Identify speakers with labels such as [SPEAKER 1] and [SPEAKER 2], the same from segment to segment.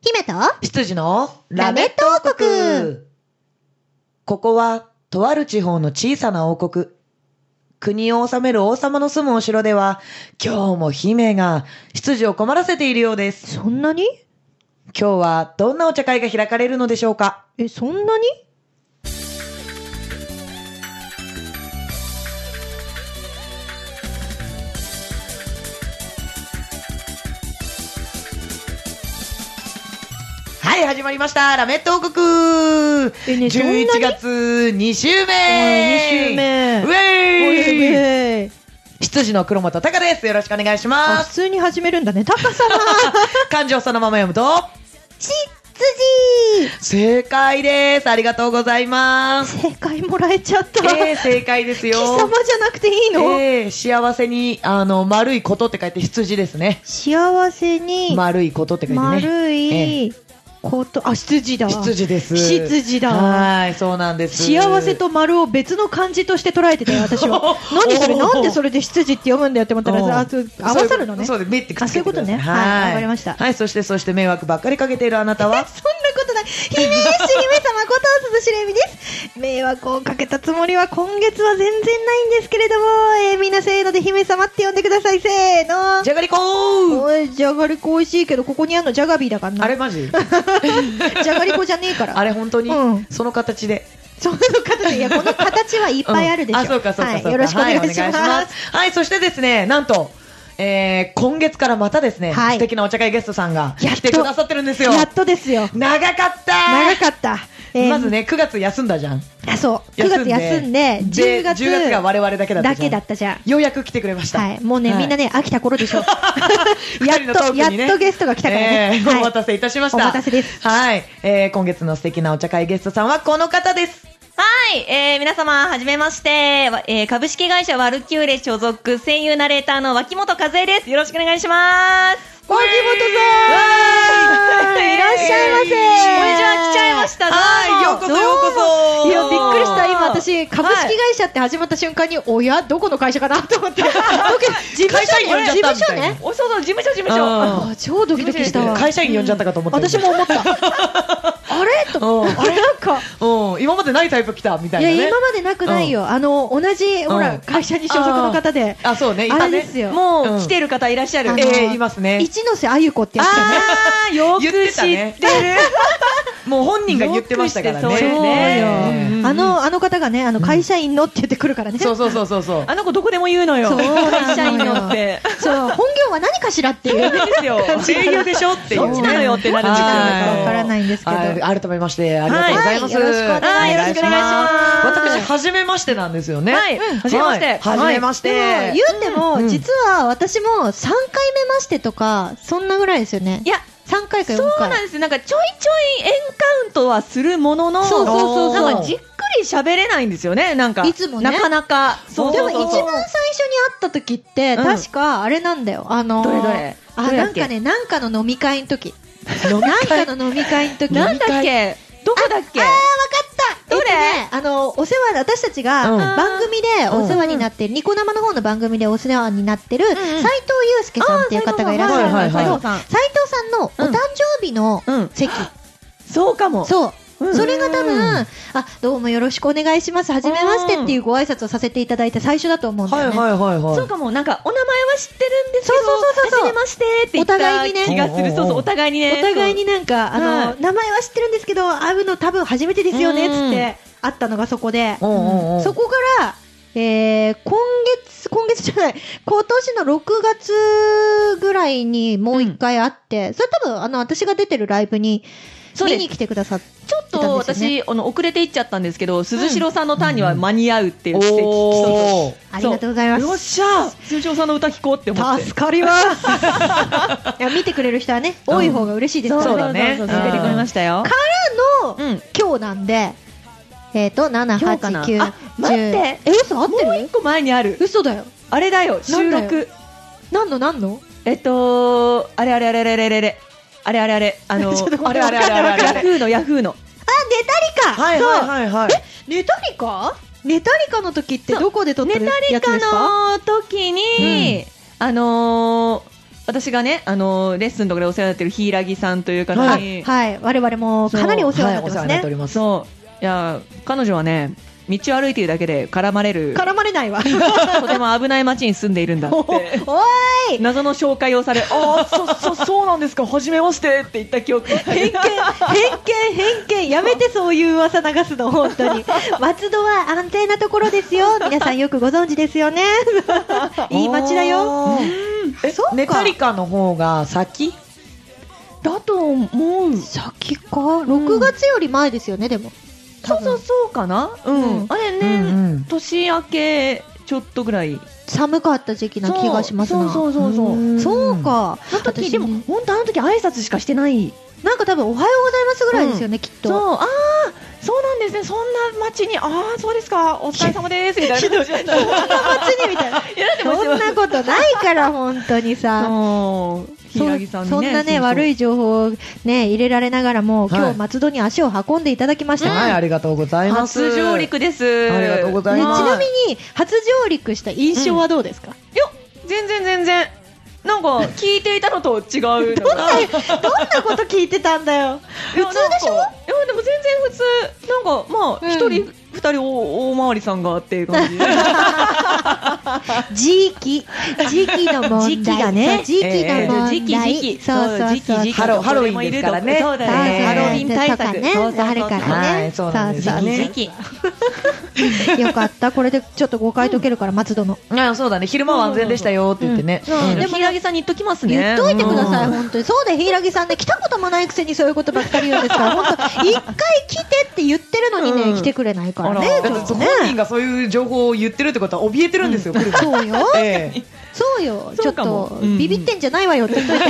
[SPEAKER 1] 姫と
[SPEAKER 2] 羊の
[SPEAKER 1] ラメット王国
[SPEAKER 2] ここは、とある地方の小さな王国。国を治める王様の住むお城では、今日も姫が羊を困らせているようです。
[SPEAKER 1] そんなに
[SPEAKER 2] 今日はどんなお茶会が開かれるのでしょうか
[SPEAKER 1] え、そんなに
[SPEAKER 2] はい、始まりました。ラメット王国
[SPEAKER 1] えねそんなに
[SPEAKER 2] !11 月2週
[SPEAKER 1] 2
[SPEAKER 2] 目
[SPEAKER 1] 週目
[SPEAKER 2] ウ
[SPEAKER 1] おいすごい
[SPEAKER 2] ェーイ羊の黒本隆です。よろしくお願いし
[SPEAKER 1] あ
[SPEAKER 2] ま
[SPEAKER 1] 普
[SPEAKER 2] す。
[SPEAKER 1] 通に始めるんだね高さま
[SPEAKER 2] 漢字をそのまま読むと、
[SPEAKER 1] ちっ
[SPEAKER 2] 正解です。ありがとうございます。
[SPEAKER 1] つじ正解もらえちゃった、
[SPEAKER 2] えー、正解です
[SPEAKER 1] 貴
[SPEAKER 2] よ。
[SPEAKER 1] 様じゃなくていいの、
[SPEAKER 2] えー、幸せに、あの、丸いことって書いて羊ですね。
[SPEAKER 1] 幸せに
[SPEAKER 2] 丸いことって書いてね。
[SPEAKER 1] 丸
[SPEAKER 2] え
[SPEAKER 1] いこと、あ羊だわ
[SPEAKER 2] 羊です。
[SPEAKER 1] 羊だ
[SPEAKER 2] はーい、そうなんです。。
[SPEAKER 1] 幸せと丸を別の漢字として捉えてたよ、私は 何それ、
[SPEAKER 2] おー
[SPEAKER 1] なんでそれで羊って読むんだよって思った
[SPEAKER 2] うん
[SPEAKER 1] ら、あそう合わさるのね。
[SPEAKER 2] そう
[SPEAKER 1] そんなこ
[SPEAKER 2] いうことそうです、目ってくっつけてくださ
[SPEAKER 1] あそういうことねはいわかりました
[SPEAKER 2] はい、そして、そして迷惑ばっかりかけているあなたは、
[SPEAKER 1] とない。姫姫様こと鈴しれみです。迷惑をかけたつもりは今月は全然ないんですけれども、えー、みんなせーので姫様って呼んでください、せーの。
[SPEAKER 2] じゃがりこー
[SPEAKER 1] おい、じゃがりこ美味しいけど、ここにあるのジャガビーだからな。
[SPEAKER 2] あれマジ
[SPEAKER 1] じゃがりこじゃねえから。
[SPEAKER 2] あれ本当に、
[SPEAKER 1] うん
[SPEAKER 2] その形で。
[SPEAKER 1] その形、いや、この形はいっぱいあるでしょ。
[SPEAKER 2] うんあ、そうか、そうか、そうか。
[SPEAKER 1] はい、よろしくお願いし
[SPEAKER 2] はお願
[SPEAKER 1] ま
[SPEAKER 2] い
[SPEAKER 1] す。
[SPEAKER 2] はい、そしてですね、なんと、えー、今月からまたですね、
[SPEAKER 1] はい
[SPEAKER 2] 素敵なお茶会ゲストさんが
[SPEAKER 1] やっと
[SPEAKER 2] 来てくださってるんですよ。
[SPEAKER 1] やっとですよ。
[SPEAKER 2] 長かった
[SPEAKER 1] 長かった。えー
[SPEAKER 2] まずね、9月休んだじゃん。
[SPEAKER 1] あ、そう。9月休んで、10月。
[SPEAKER 2] 10月が我々だけだった
[SPEAKER 1] だ
[SPEAKER 2] じゃ
[SPEAKER 1] け
[SPEAKER 2] ん。
[SPEAKER 1] だったじゃん。
[SPEAKER 2] ようやく来てくれました。
[SPEAKER 1] はい。もうね、みんな
[SPEAKER 2] ね、
[SPEAKER 1] ね、飽きた頃でしょ。や
[SPEAKER 2] 二人の
[SPEAKER 1] っ
[SPEAKER 2] ト
[SPEAKER 1] と、
[SPEAKER 2] ークにね
[SPEAKER 1] やっとゲストが来たからね。
[SPEAKER 2] えー
[SPEAKER 1] はい
[SPEAKER 2] お待たせいたしました。
[SPEAKER 1] お待たせです。
[SPEAKER 2] はい。えー、今月の素敵なお茶会ゲストさんはこの方です。
[SPEAKER 3] はい、えー、皆様、はじめまして、わえー、株式会社ワルキューレ所属、声優ナレーターの脇本和恵です。よろしくお願いします。
[SPEAKER 2] 脇本さん
[SPEAKER 3] わー
[SPEAKER 1] いらっしゃいませ
[SPEAKER 3] こんにちは、来ちゃいましたどうも
[SPEAKER 2] はい、ようこそようこ
[SPEAKER 1] い
[SPEAKER 2] そ
[SPEAKER 1] や、びっくりした。今、私、株式会社って始まった瞬間に、おや、どこの会社かなと思って。僕事務
[SPEAKER 2] 会社員
[SPEAKER 1] 所
[SPEAKER 2] 呼ん
[SPEAKER 1] ね、
[SPEAKER 2] じゃっ
[SPEAKER 1] 事務
[SPEAKER 2] たみた
[SPEAKER 1] 所
[SPEAKER 2] いな
[SPEAKER 1] ね。
[SPEAKER 3] お、そうそう、事務所、事
[SPEAKER 2] う
[SPEAKER 3] 務
[SPEAKER 2] ん
[SPEAKER 3] 所。
[SPEAKER 1] あ、超ドキドキしたわ。
[SPEAKER 2] 会社員呼んじゃったかと思った。
[SPEAKER 1] 私も思った。 あれと思って、あれなんか。
[SPEAKER 2] も。うん、今までないタイプ来たみたい
[SPEAKER 1] い
[SPEAKER 2] な
[SPEAKER 1] や、
[SPEAKER 2] ね。
[SPEAKER 1] 今までなくないよ。あの、同じ、ほら、会社に所属の方で。
[SPEAKER 2] あ、そうね、い
[SPEAKER 1] あ
[SPEAKER 2] た
[SPEAKER 1] れで
[SPEAKER 2] ね。
[SPEAKER 1] すよ。
[SPEAKER 3] もう、
[SPEAKER 2] うん
[SPEAKER 3] 来てる方いらっしゃる。
[SPEAKER 1] あの
[SPEAKER 2] えーいますね
[SPEAKER 1] 一ノ瀬あゆ子ってやつだね。
[SPEAKER 3] あー、よく知
[SPEAKER 2] 言
[SPEAKER 3] って
[SPEAKER 2] っ
[SPEAKER 3] る
[SPEAKER 2] てたね。 もう本人が言ってましたから
[SPEAKER 3] よく
[SPEAKER 2] ね。
[SPEAKER 3] 知ってそうよ
[SPEAKER 2] ね
[SPEAKER 1] そうよ。あ、の、あの方がね、あの、会社員のって言ってくるからね。
[SPEAKER 2] そうそうそうそうそう。
[SPEAKER 3] あの子どこでも言うのよ。
[SPEAKER 1] そう
[SPEAKER 3] 会社員のって。
[SPEAKER 1] そう、本業は何かしらって いう。
[SPEAKER 3] ですよ。
[SPEAKER 2] 声優でしょっていうね。
[SPEAKER 3] どっちなのよってなるんですよ
[SPEAKER 2] はい
[SPEAKER 1] わからないんですけど
[SPEAKER 2] はい改めまして、ありがとうございます。
[SPEAKER 1] はいよろしくお願いします
[SPEAKER 3] はいよろしくお願いします
[SPEAKER 2] 私、初めましてなんですよね。
[SPEAKER 3] はいうん初めまして
[SPEAKER 2] はい初めまし
[SPEAKER 1] でも、
[SPEAKER 2] て
[SPEAKER 1] 言。うても、
[SPEAKER 2] うん
[SPEAKER 1] 実は私も3回目ましてとか、そんなぐらいですよね。
[SPEAKER 3] いや、
[SPEAKER 1] 3回か4
[SPEAKER 3] そう
[SPEAKER 1] 回。
[SPEAKER 3] なんですよなんかちょいちょいエンカウントはするものの、
[SPEAKER 1] そう
[SPEAKER 2] そうそうそう
[SPEAKER 3] なんかじっくり喋れないんですよね、なんか。
[SPEAKER 1] いつもね
[SPEAKER 3] なかなか。そう
[SPEAKER 1] でも
[SPEAKER 3] そ
[SPEAKER 1] 一
[SPEAKER 3] う
[SPEAKER 1] 番
[SPEAKER 3] そう
[SPEAKER 1] 最初に会った時って、
[SPEAKER 3] うん
[SPEAKER 1] 確かあれなんだよ。あのー
[SPEAKER 3] どれどれ
[SPEAKER 1] あ、
[SPEAKER 3] どれだ
[SPEAKER 1] な
[SPEAKER 3] っ
[SPEAKER 1] ん
[SPEAKER 3] け
[SPEAKER 1] かね、なんかの飲み会の時。
[SPEAKER 2] 飲み
[SPEAKER 1] なん
[SPEAKER 2] 会
[SPEAKER 1] かの飲み会の時。
[SPEAKER 3] なんだっけどこだっけ
[SPEAKER 1] ああ、わかった
[SPEAKER 3] どれ
[SPEAKER 1] えっとね、あの、お世話、私たち
[SPEAKER 2] うん
[SPEAKER 1] が番組でお世話になってる、ニコ生の方の番組でお世話になってる、斎
[SPEAKER 3] ん
[SPEAKER 1] 藤祐介さんっていう方がいらっしゃるんですけ
[SPEAKER 2] あ
[SPEAKER 1] ど、
[SPEAKER 2] ー
[SPEAKER 1] 斎藤さんのお誕生日の
[SPEAKER 3] うん
[SPEAKER 1] 席。
[SPEAKER 3] そうかも。
[SPEAKER 1] そうう。
[SPEAKER 3] ん
[SPEAKER 1] それが多分、あ、どうもよろしくお願いします。はじめましてっていうご挨拶をさせていただいた最初だと思うんだ
[SPEAKER 2] はい
[SPEAKER 1] よね。
[SPEAKER 2] はいはいはい。
[SPEAKER 3] そうかも。なんか、お名前は知ってるんですけど、
[SPEAKER 1] そうそうそうそうそう
[SPEAKER 3] はじめましてって言った
[SPEAKER 1] お互いにね
[SPEAKER 3] 気がする。そうそう、お互いにね。
[SPEAKER 1] お互いになんか、あの、
[SPEAKER 3] は
[SPEAKER 1] 名前は知ってるんですけど、会うの多分初めてですよね、
[SPEAKER 3] うん
[SPEAKER 1] つって、会ったのがそこで、
[SPEAKER 2] うんうんうん
[SPEAKER 1] そこから、えー、今月、今月じゃない、今年の6月ぐらいにもう一回会って、それ多分、あの、私が出てるライブに、
[SPEAKER 3] そうで
[SPEAKER 1] 見
[SPEAKER 3] す
[SPEAKER 1] に来てくださって
[SPEAKER 3] ちょっと
[SPEAKER 1] たんですよね
[SPEAKER 3] 私、あの、遅れていっちゃったんですけど、鈴代さんのターンには間に合うっていう奇跡。
[SPEAKER 2] おー
[SPEAKER 1] ありがとうございます。
[SPEAKER 3] よっしゃ鈴代さんの歌聞こうって思って。
[SPEAKER 1] 助かります いや見てくれる人はね、多い方が嬉しいですから
[SPEAKER 2] そうだね
[SPEAKER 3] そうそうそう出てくれましたよ。
[SPEAKER 1] からの、
[SPEAKER 3] うん。
[SPEAKER 1] 今日なんで、えっ、と、7、
[SPEAKER 3] 今日かな
[SPEAKER 1] 8、9、
[SPEAKER 3] あ待って
[SPEAKER 1] 10え、嘘合って
[SPEAKER 3] もう
[SPEAKER 1] る
[SPEAKER 3] 一個前にある。
[SPEAKER 1] 嘘だよ。
[SPEAKER 3] あれだよ、
[SPEAKER 1] なん
[SPEAKER 3] 収
[SPEAKER 1] だよ
[SPEAKER 3] 録。
[SPEAKER 1] なんのなんの
[SPEAKER 3] えっと、あれあれあれあれあれあれあれあれあれあの
[SPEAKER 1] ちょっとご
[SPEAKER 2] めん
[SPEAKER 3] あれあれあれあれ
[SPEAKER 2] わ
[SPEAKER 3] ヤ
[SPEAKER 2] かんないわかんない
[SPEAKER 3] フーのヤフーの
[SPEAKER 1] あ、ネタリカ
[SPEAKER 2] はいはいはいはい。
[SPEAKER 1] そうネタリカネタリカの時ってどこで撮ってる
[SPEAKER 3] ネタ
[SPEAKER 1] や
[SPEAKER 3] リ
[SPEAKER 1] つですか
[SPEAKER 3] カの時に、あのー私がね、あのーレッスンとかでお世話になってる柊木さんという方
[SPEAKER 2] は
[SPEAKER 3] に、
[SPEAKER 1] はい、我々もかなりお世話になってます
[SPEAKER 2] はいお世話にな
[SPEAKER 1] ね
[SPEAKER 2] ってお。ります。
[SPEAKER 3] そういや彼女はね道を歩いているだけで絡まれる
[SPEAKER 1] 絡まれないわ。
[SPEAKER 3] とても危ない街に住んでいるんだっ
[SPEAKER 1] お お
[SPEAKER 3] て
[SPEAKER 1] ーい
[SPEAKER 3] 謎の紹介をされああそ そそうなんですか初めましてって言った記憶
[SPEAKER 1] 偏見、偏見、偏見、やめてそういう噂流すの、本当に。 松戸は安定なところですよ。皆さんよくご存知ですよ ね。いい街だよ。
[SPEAKER 2] おー。え
[SPEAKER 1] そっか
[SPEAKER 2] ネタリカの方が先
[SPEAKER 3] だと思う
[SPEAKER 1] 先か、6月より前ですよね、でも。
[SPEAKER 3] そうそうそうかなうん、
[SPEAKER 1] うん
[SPEAKER 3] あれね、
[SPEAKER 2] うんうん
[SPEAKER 3] 年明けちょっとぐらい
[SPEAKER 1] 寒かった時期な気がしますな。
[SPEAKER 3] そうそうそうそう、
[SPEAKER 2] うん
[SPEAKER 1] そうか。
[SPEAKER 3] その時
[SPEAKER 1] 私
[SPEAKER 3] でも本当あの時挨拶しかしてない
[SPEAKER 1] なんか多分おはようございますぐらいですよね、きっ
[SPEAKER 3] そう
[SPEAKER 1] と。
[SPEAKER 3] ああそうなんですねそんな街にああそうですかお疲れ様ですみたいな 感じだった
[SPEAKER 1] 街にみたい な。そんなことないから、本当にさ。
[SPEAKER 3] そう柊さん
[SPEAKER 1] そ
[SPEAKER 3] にね
[SPEAKER 1] そんなね
[SPEAKER 3] そうそう
[SPEAKER 1] 悪い情報を、ね、入れられながらも、
[SPEAKER 2] はい
[SPEAKER 1] 今日松戸に足を運んでいただきました、
[SPEAKER 2] はい、ありがとうございます。
[SPEAKER 3] 初上陸です
[SPEAKER 2] ありがとうござい
[SPEAKER 1] ねち
[SPEAKER 2] ます
[SPEAKER 1] なみに初上陸した印象はどうですか、
[SPEAKER 3] いや全然全然なんか聞いていたのと違うのがいや
[SPEAKER 1] どんなこと聞いてたんだよ普通でしょ
[SPEAKER 3] なんかいやでも全然普通なんかま
[SPEAKER 1] うん
[SPEAKER 3] あ一、人二人お大回りさんがっていう感 じ
[SPEAKER 1] 時期時期の問題
[SPEAKER 3] 時期がね
[SPEAKER 1] そう時期の問題、
[SPEAKER 3] 時期時期
[SPEAKER 1] そうそう
[SPEAKER 3] 時期
[SPEAKER 1] そう
[SPEAKER 3] 時期
[SPEAKER 2] ハロウハロウィンですからね
[SPEAKER 3] そうだよね
[SPEAKER 2] えー
[SPEAKER 3] ハロウィン対策
[SPEAKER 1] とかね
[SPEAKER 3] そうそうそう
[SPEAKER 1] あるからね、
[SPEAKER 2] はいそうなんですよね
[SPEAKER 3] 時期
[SPEAKER 1] そうよかったこれでちょっと誤解解けるから松戸の、
[SPEAKER 2] あそうだね、昼間は安全でしたよって言ってね。
[SPEAKER 1] うん
[SPEAKER 2] うん
[SPEAKER 1] そう
[SPEAKER 3] で
[SPEAKER 1] で
[SPEAKER 3] も
[SPEAKER 1] も
[SPEAKER 3] 平木さんに言っとき ますね
[SPEAKER 1] 言っといてください、
[SPEAKER 2] うん
[SPEAKER 1] 本当に。そうで、柊木さんね、来たこともないくせにそういうことばっかり言うんですから、本当、一回来てって言ってるのにね、
[SPEAKER 2] うん
[SPEAKER 1] 来てくれないからね、
[SPEAKER 3] あら
[SPEAKER 1] ち
[SPEAKER 2] だ
[SPEAKER 1] ょ
[SPEAKER 2] っ
[SPEAKER 1] ってと
[SPEAKER 2] 本
[SPEAKER 1] ね。
[SPEAKER 2] 人がそういう情報を言ってるってことは怯えてるん ですよ、来るから
[SPEAKER 1] そうよ、
[SPEAKER 2] ええ
[SPEAKER 1] そうよ、ち
[SPEAKER 3] そ
[SPEAKER 1] ょっ
[SPEAKER 3] うかも
[SPEAKER 1] と、
[SPEAKER 3] うん
[SPEAKER 1] ビビってんじゃないわよって言っといて、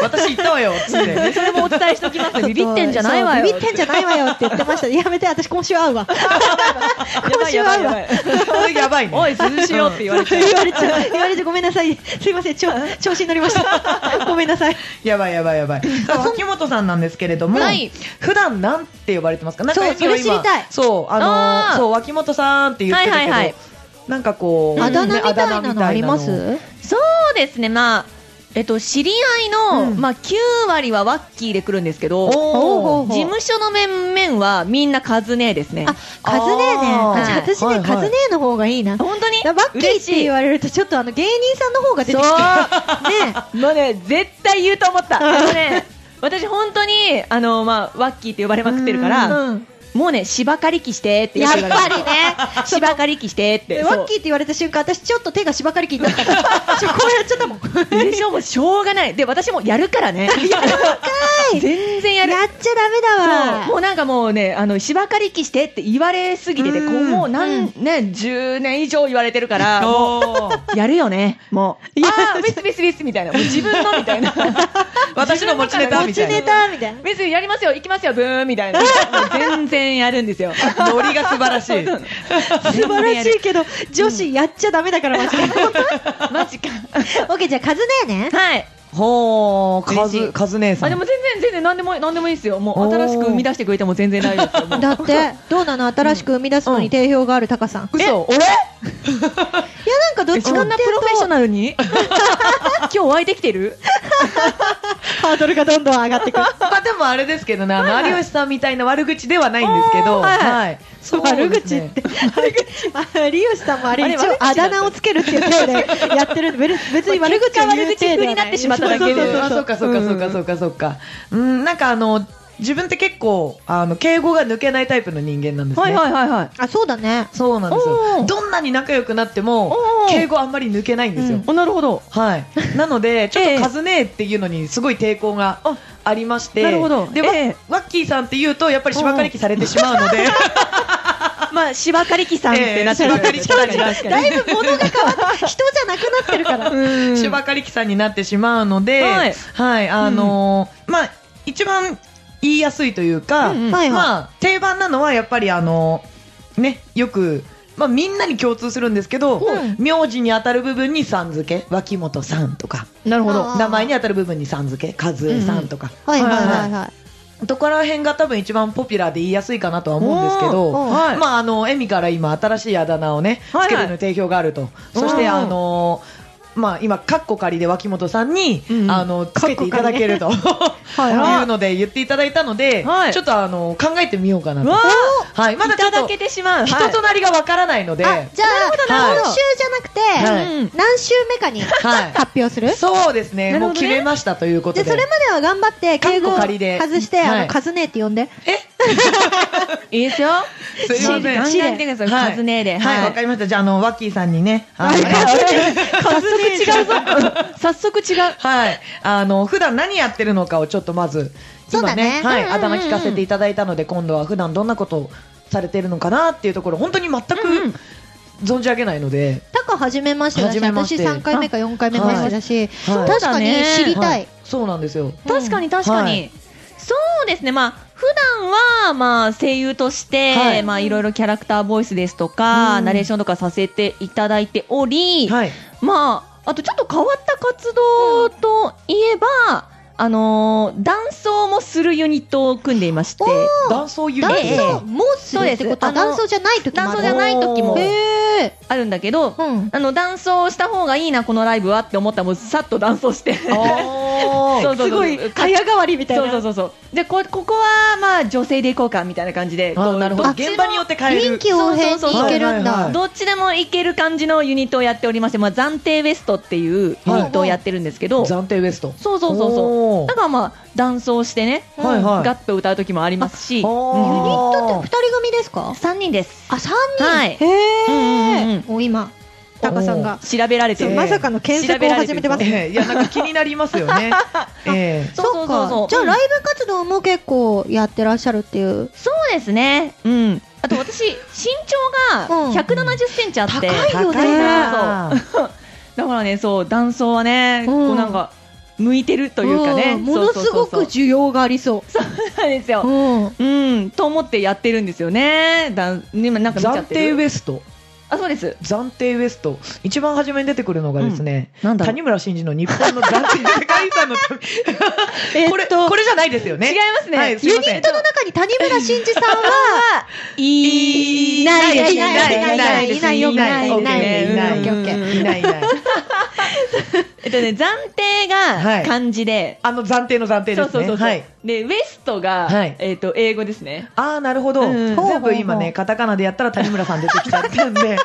[SPEAKER 2] 私行ったわよっ つって。
[SPEAKER 3] それもお伝えしておきますビビってんじゃないわよ
[SPEAKER 1] そうビビってんじゃないわよって言ってました。やめて、私今週会うわ。
[SPEAKER 3] やばいやばいやばい
[SPEAKER 2] それやばいね。
[SPEAKER 3] おい涼しいよって言われて
[SPEAKER 1] 言われちゃう、言われてごめんなさい。すいません、ちょ調子に乗りました。ごめんなさ い。
[SPEAKER 2] やばいやばいやばい。さあ脇本さんなんですけれども、
[SPEAKER 3] はい
[SPEAKER 2] 普段なんて呼ばれてますか。なんか
[SPEAKER 1] そう
[SPEAKER 2] 一応今
[SPEAKER 1] それ知りたい
[SPEAKER 2] そうあの
[SPEAKER 3] あー
[SPEAKER 2] そう脇本さんって言ってるけど、
[SPEAKER 3] はいはいはい
[SPEAKER 2] なんかこう
[SPEAKER 1] あだ名
[SPEAKER 2] ね
[SPEAKER 1] みたいなのあります、
[SPEAKER 2] あだ名みたいなの
[SPEAKER 3] そうですね、まあ、えっと、知り合いの、
[SPEAKER 2] うん
[SPEAKER 3] まあ、9割はワッキーで来るんですけど、事
[SPEAKER 2] お
[SPEAKER 1] お
[SPEAKER 2] お
[SPEAKER 1] ー。
[SPEAKER 3] 務所の面々はみんなカズネーですね。
[SPEAKER 1] あ、カズネーね。
[SPEAKER 2] あ
[SPEAKER 3] ー
[SPEAKER 1] 私ね、
[SPEAKER 2] はいはい
[SPEAKER 1] カズネーの方がいいな。
[SPEAKER 3] 本当に
[SPEAKER 1] バッキーって言
[SPEAKER 3] わ
[SPEAKER 1] われるとちょっとあの芸人さんの方が出てきて ね
[SPEAKER 3] そう、もうね、絶対言うと思った。あのね、私本当に、あの、まあ、ワッキーって呼ばれまくってるから、もうね、芝刈り機してって
[SPEAKER 1] やっぱ
[SPEAKER 3] 言
[SPEAKER 1] り
[SPEAKER 3] わ
[SPEAKER 1] ね
[SPEAKER 3] れる。芝刈り機してって。
[SPEAKER 1] で
[SPEAKER 3] そう
[SPEAKER 1] ワッキーって言われた瞬間私ちょっと手がしばかりきにな ったからちょこうやっちゃったもん
[SPEAKER 3] でしょもうしょうがない。で、私もやるか らね。全然やる。
[SPEAKER 1] やっちゃダメだわ
[SPEAKER 3] そうもうなんかもうね、あの芝刈り機してって言われすぎてて、
[SPEAKER 2] うん
[SPEAKER 3] こうもうなん、ね、10年以上言われてるから、も
[SPEAKER 2] おー
[SPEAKER 3] うやるよね、もう。いや、ミスミスミスみたいな、もう自分のみ たいな。
[SPEAKER 2] 私の持ちネタ
[SPEAKER 1] 持
[SPEAKER 2] みた
[SPEAKER 1] ち
[SPEAKER 2] いな
[SPEAKER 1] ネ。タみたいな
[SPEAKER 3] ミスやりますよ、行きますよ、ブーンみたい な。もう全然やるんですよ。
[SPEAKER 2] ノリが素晴らしい。
[SPEAKER 1] 素晴らしいけど女子やっちゃダメだからマジで
[SPEAKER 3] マジか。
[SPEAKER 1] オッケーじゃあカズネーね
[SPEAKER 3] はい。
[SPEAKER 2] ほー、カ
[SPEAKER 3] 嬉しい
[SPEAKER 2] ズカズ姉さ
[SPEAKER 3] あ
[SPEAKER 2] ん。
[SPEAKER 3] でも全然、全然、なんでも、なんでもいいですよ。もう新しく生み出してくれても全然大丈夫です よもう。
[SPEAKER 1] だってどうなの新しく生み出すのに定評があるタカさんい
[SPEAKER 2] 嘘。俺？
[SPEAKER 1] やなんかどっちかってい
[SPEAKER 3] えそんなプロフェッショナル に今日お会いできてる
[SPEAKER 1] うとハードルがどんどん上がってくる
[SPEAKER 2] まあでもあれですけどね、あの有吉さんみたいな悪口ではないんですけど、
[SPEAKER 3] おーはい
[SPEAKER 2] はい。そうですね
[SPEAKER 1] 悪口って。有吉さんもあ
[SPEAKER 3] あ
[SPEAKER 1] れ
[SPEAKER 3] れ
[SPEAKER 1] 一応
[SPEAKER 3] 悪口だっ
[SPEAKER 1] あ
[SPEAKER 3] た
[SPEAKER 1] だ名をつけるっていう体でやってるんで別別に悪口を言う
[SPEAKER 3] 結果悪口
[SPEAKER 1] 体
[SPEAKER 3] 風
[SPEAKER 1] で
[SPEAKER 3] に
[SPEAKER 1] は
[SPEAKER 3] なってしまっただ
[SPEAKER 1] そ
[SPEAKER 3] けで
[SPEAKER 1] うそうそう
[SPEAKER 2] あ
[SPEAKER 1] そ
[SPEAKER 2] そううかそうかそうかそうかそうか。うん、なんかあの自分って結構あの敬語が抜けないタイプの人間なんですね。
[SPEAKER 3] はいはいはいはい
[SPEAKER 1] あそうだね
[SPEAKER 2] そうなんです
[SPEAKER 3] おー
[SPEAKER 2] よ。どんなに仲良くなっても
[SPEAKER 3] おー
[SPEAKER 2] 敬語あんまり抜けないんです
[SPEAKER 1] う
[SPEAKER 2] よ。
[SPEAKER 1] ん
[SPEAKER 3] おなるほど
[SPEAKER 2] はい。なのでちょ
[SPEAKER 3] え
[SPEAKER 2] っ
[SPEAKER 3] え
[SPEAKER 2] とカズネーっていうのにすごい抵抗が
[SPEAKER 3] あ
[SPEAKER 2] ありまして、
[SPEAKER 3] なるほど
[SPEAKER 2] で、わ
[SPEAKER 3] ええ
[SPEAKER 2] ワッキーさんって言うとやっぱり芝刈り機されてしまうので、
[SPEAKER 3] まあ芝刈り機さんってな
[SPEAKER 2] え
[SPEAKER 3] っ て
[SPEAKER 2] え
[SPEAKER 3] る
[SPEAKER 2] 芝刈り機さんになって
[SPEAKER 1] だいぶ物が変わって人じゃなくなってるから
[SPEAKER 3] うん
[SPEAKER 2] 芝刈り機さんになってしまうので、
[SPEAKER 3] は
[SPEAKER 2] はいい、あのーまあ、一番言いやすいというか、
[SPEAKER 3] うんうん
[SPEAKER 1] はいはい
[SPEAKER 2] まあ、定番なのはやっぱりあのーね、よく、まあ、みんなに共通するんですけど、
[SPEAKER 1] うん
[SPEAKER 2] 名字に当たる部分にさん付け、脇本さんとか、
[SPEAKER 3] なるほ
[SPEAKER 1] あ
[SPEAKER 3] ど
[SPEAKER 1] ー
[SPEAKER 2] 名前に当たる部分にさん付け、和江さんとか、
[SPEAKER 1] はいはいはいはい
[SPEAKER 2] どこら辺が多分一番ポピュラーで言いやすいかなとは思うんですけど、
[SPEAKER 1] おー
[SPEAKER 3] はい
[SPEAKER 2] まああのエミから今新しいあだ名をね、
[SPEAKER 3] はいはい
[SPEAKER 2] つけてる定評があると、
[SPEAKER 3] うん
[SPEAKER 2] そしてあのまあ、今、カッコ仮で脇本さんに、
[SPEAKER 1] うん
[SPEAKER 2] あのつけていただけると、
[SPEAKER 1] いはい
[SPEAKER 2] いうので言っていただいたので、
[SPEAKER 3] はい
[SPEAKER 2] ちょっとあの考えてみようかな
[SPEAKER 3] う
[SPEAKER 2] と、
[SPEAKER 3] わ
[SPEAKER 2] はい、ま
[SPEAKER 3] ーい
[SPEAKER 2] だちょっ
[SPEAKER 3] た
[SPEAKER 2] と
[SPEAKER 3] だけてしまう。
[SPEAKER 2] 人となりがわからないので、
[SPEAKER 1] あ、じゃ
[SPEAKER 2] な
[SPEAKER 1] あ、
[SPEAKER 2] るほど
[SPEAKER 1] 今週じゃなくて、
[SPEAKER 2] はい
[SPEAKER 3] うん
[SPEAKER 1] 何週目かに発
[SPEAKER 2] はい
[SPEAKER 1] 表する、
[SPEAKER 2] そうですね
[SPEAKER 3] なるほ
[SPEAKER 2] も
[SPEAKER 3] ど
[SPEAKER 2] う
[SPEAKER 3] ね
[SPEAKER 2] 決めましたということ
[SPEAKER 1] で、
[SPEAKER 2] で。
[SPEAKER 1] それまでは頑張って、敬語を
[SPEAKER 2] カッコ仮で
[SPEAKER 1] 外して、あ
[SPEAKER 2] は
[SPEAKER 1] の、
[SPEAKER 2] い
[SPEAKER 1] カズネって呼んで。
[SPEAKER 3] いいでしょ
[SPEAKER 2] すいません
[SPEAKER 3] ガンガン言ってください。
[SPEAKER 2] はい
[SPEAKER 3] カズネーで。
[SPEAKER 2] はい、わ、かりました。じゃあ、あの、ワッキーさんにね、あの、
[SPEAKER 3] 早速違うぞ。早速違う。
[SPEAKER 2] はい。あの、普段何やってるのかをちょっとまず、
[SPEAKER 1] そうだね
[SPEAKER 2] 今はい、
[SPEAKER 1] うんうんうん
[SPEAKER 2] 頭聞かせていただいたので、今度は普段どんなことをされてるのかなっていうところ、本当に全く
[SPEAKER 3] うんうん
[SPEAKER 2] 存じ上げないので、
[SPEAKER 1] タカ初めましてだし、
[SPEAKER 2] 初めまし
[SPEAKER 1] 私
[SPEAKER 2] て
[SPEAKER 1] 3回目か4回目ましてだし、
[SPEAKER 2] はいはい
[SPEAKER 1] 確かに知りた。
[SPEAKER 2] はいそうなんですよ。
[SPEAKER 3] 確かに確かに、
[SPEAKER 2] はい
[SPEAKER 3] そうですねまあ普段はまあ声優として、
[SPEAKER 2] はい
[SPEAKER 3] い、まあいろいろキャラクターボイスですとか、
[SPEAKER 2] うん
[SPEAKER 3] ナレーションとかさせていただいており、
[SPEAKER 2] はい。
[SPEAKER 3] まああとちょっと変わった活動といえば、あのー、断層もするユニットを組んでいまして
[SPEAKER 2] 断層ユニッ
[SPEAKER 1] ダ
[SPEAKER 2] ト
[SPEAKER 1] ン
[SPEAKER 2] です
[SPEAKER 3] ええ
[SPEAKER 1] ス
[SPEAKER 2] か
[SPEAKER 1] をもうするってことは、
[SPEAKER 3] そうですあの
[SPEAKER 1] ダンスじゃない時も
[SPEAKER 3] 断
[SPEAKER 1] あ
[SPEAKER 3] 層
[SPEAKER 1] る
[SPEAKER 3] じゃない時も
[SPEAKER 2] おー
[SPEAKER 1] へー
[SPEAKER 3] あるんだけど、
[SPEAKER 1] うん。
[SPEAKER 3] あの断層した方がいいなこのライブはって思ったらもうさっと断層して。
[SPEAKER 2] あー
[SPEAKER 3] そうそうそう
[SPEAKER 1] やがわりみ
[SPEAKER 3] そうそうそうそうでこここはまあ女性でいこうかみたいな感じでこ
[SPEAKER 2] あ
[SPEAKER 3] う
[SPEAKER 2] なるほど。
[SPEAKER 3] どっちの
[SPEAKER 2] 現場によって変え
[SPEAKER 1] 臨
[SPEAKER 2] る。
[SPEAKER 1] 機応変にいけるん
[SPEAKER 2] そうそうそうはいはいは
[SPEAKER 1] だ
[SPEAKER 2] い。
[SPEAKER 3] どっちでもいける感じのユニットをやっておりまして、まあ、暫定ウエストっていうユニットをやってるんですけど、
[SPEAKER 2] 暫定ウエスト。
[SPEAKER 3] そうそうそうそう
[SPEAKER 2] そ
[SPEAKER 3] だからまあ断層してね、
[SPEAKER 1] ら
[SPEAKER 2] はいはい。
[SPEAKER 3] ガッと歌う時もありますし、
[SPEAKER 1] ユ
[SPEAKER 2] あー
[SPEAKER 1] ニットって2人組ですか
[SPEAKER 3] 3人です
[SPEAKER 1] あ、3人
[SPEAKER 3] はいうんうん
[SPEAKER 1] へ
[SPEAKER 3] うん
[SPEAKER 1] ー。もう今、タカさんが。
[SPEAKER 3] 調べられて
[SPEAKER 2] そう
[SPEAKER 3] る
[SPEAKER 2] まさか
[SPEAKER 1] の
[SPEAKER 3] 検索を始めてます
[SPEAKER 2] ええいや、なんか気になりますよね。ええ
[SPEAKER 3] そうそうそうそう
[SPEAKER 1] じゃあライブ活動も結構やってらっしゃるっていう。
[SPEAKER 3] そうですねうんあと私身長
[SPEAKER 1] うん
[SPEAKER 3] が1 7 0センチあって、
[SPEAKER 1] 高いよね
[SPEAKER 2] 高いなあ
[SPEAKER 3] だからねそう断層はね、
[SPEAKER 1] うん
[SPEAKER 3] こうなんか向いてるというかね、
[SPEAKER 1] んものすごく
[SPEAKER 3] そうそうそう
[SPEAKER 1] 需要がありそう。
[SPEAKER 3] そうなんですよ、
[SPEAKER 1] うん
[SPEAKER 3] うん、と思ってやってるんですよね。だん今なんか見ちゃ
[SPEAKER 2] 暫
[SPEAKER 3] って
[SPEAKER 2] 定
[SPEAKER 3] る。
[SPEAKER 2] ウエスト。
[SPEAKER 3] あ、そうです。
[SPEAKER 2] 暫定ウエスト。一番初めに出てくるのがですね、
[SPEAKER 3] なんだろう
[SPEAKER 2] 谷村新司の日本の暫定世界遺産の 旅。これ、これじゃないですよね。
[SPEAKER 3] 違いますね。
[SPEAKER 2] はい、す
[SPEAKER 1] ユ
[SPEAKER 2] い
[SPEAKER 1] ニ
[SPEAKER 2] ませ
[SPEAKER 1] ッ
[SPEAKER 2] ん
[SPEAKER 1] ト。の中に谷村新司さんは
[SPEAKER 3] い
[SPEAKER 1] いないです
[SPEAKER 3] いない
[SPEAKER 2] いない
[SPEAKER 3] い
[SPEAKER 2] い
[SPEAKER 3] な
[SPEAKER 2] ないい
[SPEAKER 3] よくないい
[SPEAKER 2] オッケーいないい
[SPEAKER 3] うん
[SPEAKER 2] ない
[SPEAKER 1] オッケーオッ
[SPEAKER 2] いないいない
[SPEAKER 3] えっとね、暫定
[SPEAKER 2] は
[SPEAKER 3] が
[SPEAKER 2] い
[SPEAKER 3] 漢字で、
[SPEAKER 2] あの暫定の暫定です
[SPEAKER 3] そ
[SPEAKER 2] ね。
[SPEAKER 3] うそうそうそう。
[SPEAKER 2] はい。
[SPEAKER 3] で、ウエストが、
[SPEAKER 2] はい
[SPEAKER 3] えっと、英語ですね。
[SPEAKER 2] ああ、なるほど。
[SPEAKER 3] うん
[SPEAKER 2] 全部今
[SPEAKER 1] ほうほうほう
[SPEAKER 2] ね、カタカナでやったら谷村さん出てきちゃったん で、